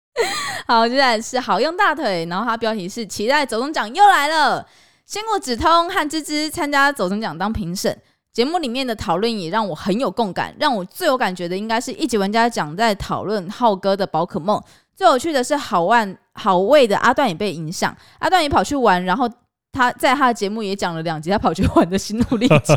A: 好，接下来是好用大腿，然后它标题是期待走中奖又来了。先过止通和芝芝参加走中奖当评审，节目里面的讨论也让我很有共感。让我最有感觉的应该是一级玩家奖在讨论浩哥的宝可梦，最有趣的是好万好味的阿段也被影响，阿段也跑去玩，然后。他在他的节目也讲了两集，他跑去玩的心路历程，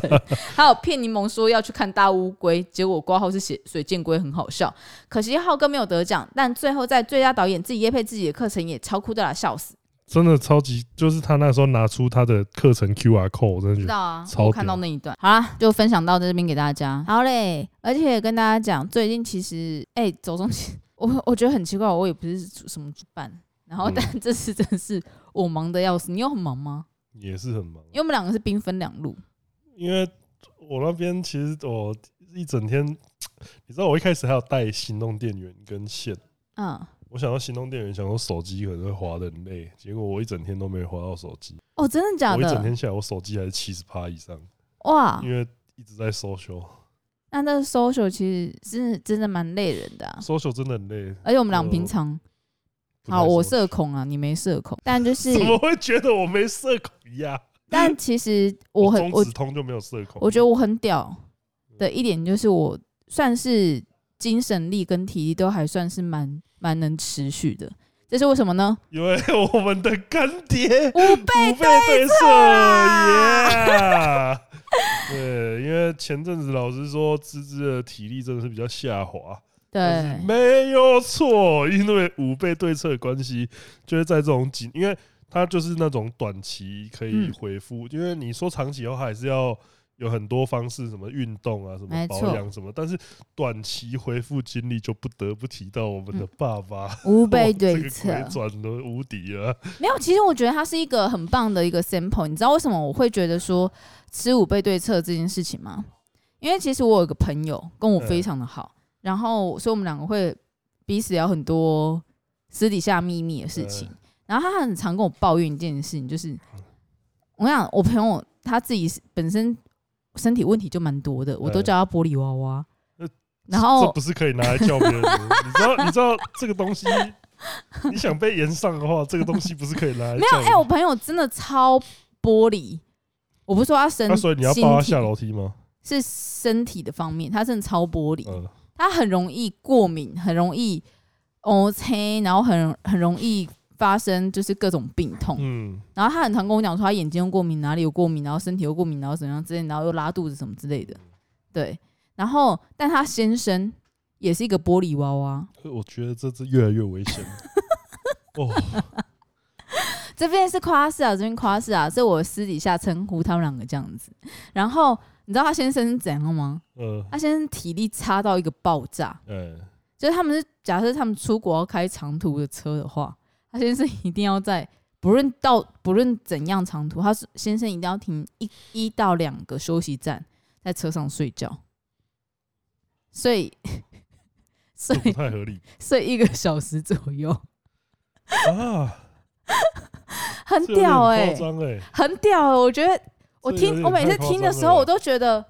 A: 还有骗柠檬说要去看大乌龟，结果挂号是写水箭龟，很好笑。可惜浩哥没有得奖，但最后在最佳导演自己业配自己的课程也超酷的啦，笑死！
B: 真的超级，就是他那时候拿出他的课程 QR code，我真的觉
A: 知
B: 得
A: 道啊，
B: 嗯超
A: 我看
B: 屌
A: 到那一段。好啦，就分享到这边给大家。好嘞，而且跟大家讲，最近其实哎、走中心， 我我觉得很奇怪，我也不是什么主办，然后
B: 嗯
A: 但这次真的是我忙的要死。你有很忙吗？
B: 也是很忙。
A: 因为我们两个是兵分两路，
B: 因为我那边其实我一整天，你知道我一开始还有带行动电源跟线，
A: 嗯。
B: 我想到行动电源，想说手机可能会滑的很累，结果我一整天都没滑到手机。
A: 哦，真的啊假
B: 我一整
A: 的？
B: 天下来，我手机还是七十趴以上，
A: 哇，
B: 因为一直在 social，social
A: 那那 social 其实是真的蛮累人的、啊，
B: 真的很累。
A: 而且我们俩
B: 我
A: 平常
B: 哦不太
A: 好，我
B: social
A: 社恐啊，你没社恐，但就是
B: 怎么会觉得我没社恐一样？
A: 但其实我很
B: 嗯中
A: 我
B: 指通就没有社恐，嗯
A: 我觉得我很屌的一点就是我算是精神力跟体力都还算是蛮蛮能持续的。这是为什么 呢？
B: 因为我们的干爹
A: 五
B: 不
A: 倍
B: 被对
A: 策
B: 射
A: 啦
B: 耶。 对，因为前阵子老师说芝芝的体力真的是比较下滑，但
A: 对，
B: 是没有错，因为五倍对策的关系，就会在这种紧，因为它就是那种短期可以
A: 嗯
B: 回复，因为你说长期的话还是要有很多方式，什么运动啊，什么
A: 没
B: 保
A: 错
B: 养什么，但是短期回复精力就不得不提到我们的
A: 嗯
B: 爸爸，
A: 五倍
B: 哇
A: 对策
B: 这个鬼转的无敌啊了，
A: 没有。其实我觉得它是一个很棒的一个 sample。你知道为什么我会觉得说吃五倍对策这件事情吗？因为其实我有个朋友跟我非常的好，
B: 嗯
A: 然后所以我们两个会彼此聊很多私底下秘密的事情。
B: 嗯
A: 然后他很常跟我抱怨一件事情，就是我跟你讲，我朋友他自己是本身身体问题就蛮多的，我都
B: 嗯
A: 叫他玻璃娃娃
B: 呃。
A: 然
B: 这
A: 后
B: 不是可以拿来教别人的，你知道，你知道这个东西，你想被延上的话，这个东西不是可以拿 来
A: 没
B: 教
A: 有，
B: 人
A: 哎、我朋友真的超玻璃。哎我不是说他身，
B: 那啊所以你要抱他
A: 心体
B: 下楼梯吗？
A: 是身体的方面，他真的超玻璃，
B: 嗯，
A: 他很容易过敏，很容易 OK，然后很很容易发生就是各种病痛。
B: 嗯，
A: 然后他很常跟我讲说他眼睛又过敏，哪里有过敏，然后身体又过敏，然后怎样之类，然后又拉肚子什么之类的。
B: 嗯
A: 对，然后但他先生也是一个玻璃娃娃，
B: 我觉得这次越来越危险。 哦，
A: 这边是夸饰啊，这边夸饰啊，这我私底下称呼他们两个这样子。然后你知道他先生是怎样吗？
B: 呃，
A: 他先生体力差到一个爆炸，
B: 哎，
A: 就是他们是假设他们出国要开长途的车的话，他先生一定要在不论到不论怎样长途，他是先生一定要停一一到两个休息站，在车上睡觉。所以，所
B: 这不
A: 以
B: 太 合理
A: 睡一个小时左右，
B: 啊，
A: 很
B: 这有点
A: 屌哎、
B: 夸张哎，
A: 很屌哎、我觉得我
B: 这有
A: 听
B: 点
A: 我每
B: 太
A: 次
B: 夸
A: 听的
B: 张
A: 时
B: 了
A: 候，
B: 吧
A: 我都觉得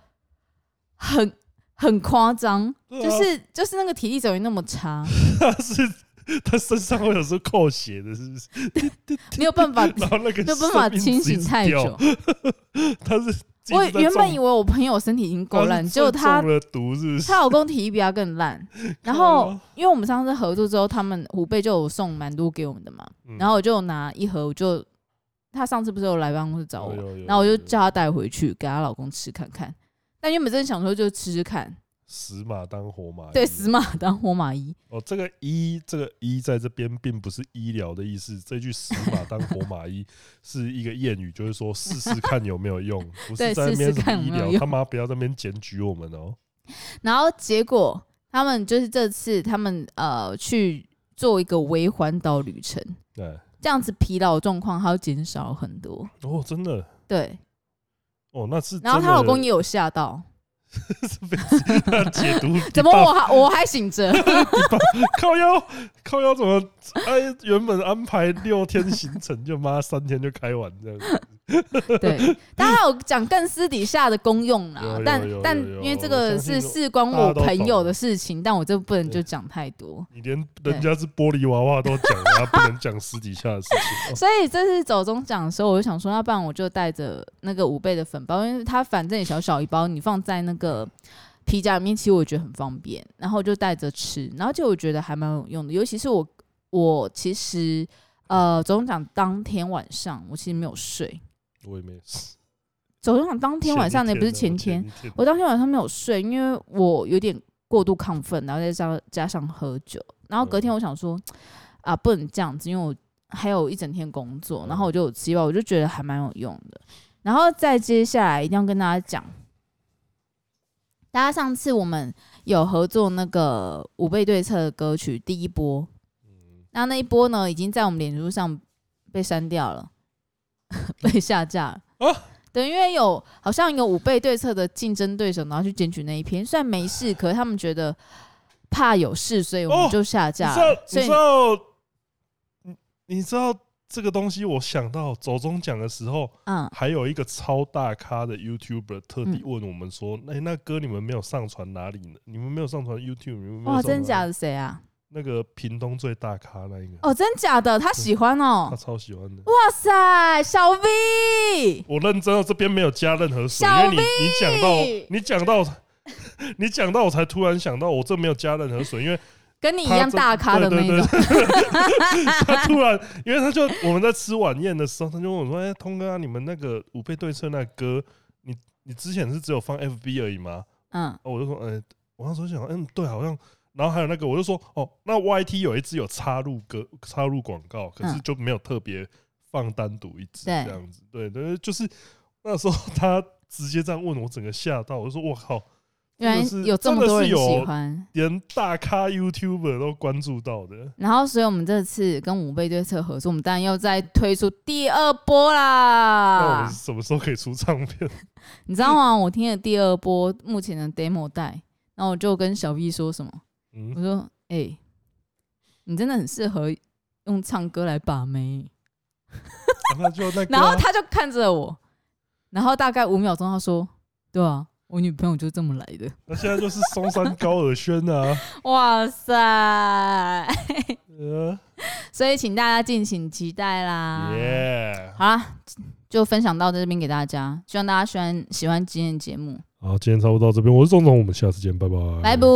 A: 很很夸张，
B: 对
A: 就
B: 啊
A: 是就是那个体力怎么那么 差，
B: 他是他身上会有时候扣血的，是不是？
A: 没有办法没
B: 然后 那个
A: 有办法
B: 生命
A: 清
B: 值一
A: 醒
B: 直
A: 太
B: 掉
A: 久，。
B: 他是
A: 我原本以
B: 为
A: 为我朋友身体已经够烂，结果她
B: 哦中了毒，是不是？啊
A: 她老公体力比她更 烂。然后因为我们上次合作之后，他们虎背就有送蛮多给我们的嘛，
B: 嗯
A: 然后我就拿一盒，我就她上次不是有来办公室找我，
B: 啊有有有
A: 然后我就
B: 有
A: 叫她带回去给她老公吃看看。但原本真的想说就吃吃看，
B: 哎死马当活马医，
A: 对，死马当活马医，
B: 哦，这个“医”这个“医”在这边并不是医疗的意思，这句“死马当活马医”是一个谚语，就是说试试看有没有用，不是
A: 对
B: 在那边
A: 试试
B: 什
A: 看
B: 么
A: 有
B: 医
A: 没有
B: 疗，
A: 用
B: 他妈不要在那边检举我们哦。
A: 然后结果他们就是这次他们呃去做一个微环岛旅程，
B: 对，
A: 这样子疲劳状况还要减少很多，
B: 哦，真的，
A: 对。
B: 哦，那是
A: 然后
B: 真
A: 她老
B: 的
A: 公也有吓 到，
B: 是被 他 解读
A: 怎么我
B: debug-
A: 还我还醒着？
B: 靠腰靠腰怎么哎原本安排六天行程，就妈三天就开完这样子，
A: 对，但她有讲更私底下的功用啦
B: 有有，
A: 但
B: 有有
A: 但
B: 有
A: 因为这
B: 我
A: 个
B: 相信
A: 是
B: 都
A: 事关
B: 大家
A: 我
B: 都
A: 朋友
B: 懂
A: 的事情，但我这不能
B: 对
A: 就讲太多。
B: 你连
A: 对
B: 人家是玻璃娃娃都讲了，他不能讲私底下的事情。哦
A: 所以这次走中奖的时候，我就想说，那不然我就带着那个五倍的粉包，因为它反正也小小一包，你放在那个皮夹里面，其实我觉得很方便。然后我就带着吃，然后就我觉得还蛮有用的，尤其是我我其实呃走中奖当天晚上，我其实没有睡。
B: 我也没事。
A: 走中奖当天晚上，那不是前天，
B: 前一
A: 我当天晚上没有睡，因为我有点过度亢奋，然后再加上加上喝酒，然后隔天我想说啊，不能这样子，因为我还有一整天工作，然后我就有吃药，我就觉得还蛮有用的。然后再接下来一定要跟大家讲，大家上次我们有合作那个五倍对策的歌曲第一波，那那一波呢已经在我们脸书上被删掉了， 被下架了。
B: 哦
A: 对，因为有好像有五倍对策的竞争对手，然后去检举那一篇，虽然没事，可是他们觉得怕有事，所以我
B: 哦
A: 们就下架了。所
B: 你
A: 以
B: 知道，你知道，你你知道这个东西，我想到走中奖的时候，
A: 嗯，
B: 还有一个超大咖的 YouTuber 特地
A: 嗯
B: 问我们说：“哎、那歌你们没有上传哪里呢？你们没有上传 YouTube？你们没有
A: 哇，
B: 上传
A: 真假的谁啊？
B: 那个屏东最大咖那一个，
A: 哦，真假的，他喜欢哦
B: 他。超喜欢的。
A: 哇塞，小 V，
B: 我认真哦，这边没有加任何水，因
A: 小
B: 为你你讲到
A: V
B: 你讲到你讲到我才突然想到，我这没有加任何水，因为
A: 跟 你一样大咖的那
B: 对
A: 一
B: 对
A: 种，
B: 对 他突然，因为他就我们在吃晚宴的时候，他就问我说：“哎、通哥啊，你们那个五倍对称那歌，你你之前是只有放 FB 而已吗
A: 嗯？”，
B: 哦，我就说：“呃、我那时候想，嗯，对，好像。”然后还有那个，我就说：“哦，那 YT 有一支有插入歌、插入广告，可是
A: 嗯
B: 就没有特别放单独一支
A: 对
B: 这样子。对，对，就是那时候他直接这样问我，整个吓到，我就说：“我靠！”
A: 原来
B: 就是
A: 有这么多人
B: 真的是有
A: 喜欢。
B: 连大咖 YouTuber 都关注到的。
A: 然后，所以我们这次跟五倍对策合作，我们当然要再推出第二波
B: 那我
A: 啦
B: 们。什么时候可以出唱 片？
A: 你知道吗？我听了第二波目前的 demo 带，然后我就跟小 V 说什么？
B: 嗯
A: 我，说：“哎、你真的很适合用唱歌来把妹。
B: 那就那个
A: 然
B: 啊、
A: 后他就看着我，然后大概五秒钟，他说：“对啊，我女朋友就这么来的。
B: 那现在就是松山高尔轩啊，”
A: 哇塞！
B: 呃，
A: 所以请大家敬请期待啦。
B: 耶！
A: 好啦，就分享到这边给大家，希望大家喜欢喜欢今天的节目，
B: 好，今天差不多到这边，我是钟总，我们下次见，拜拜，
A: 拜拜。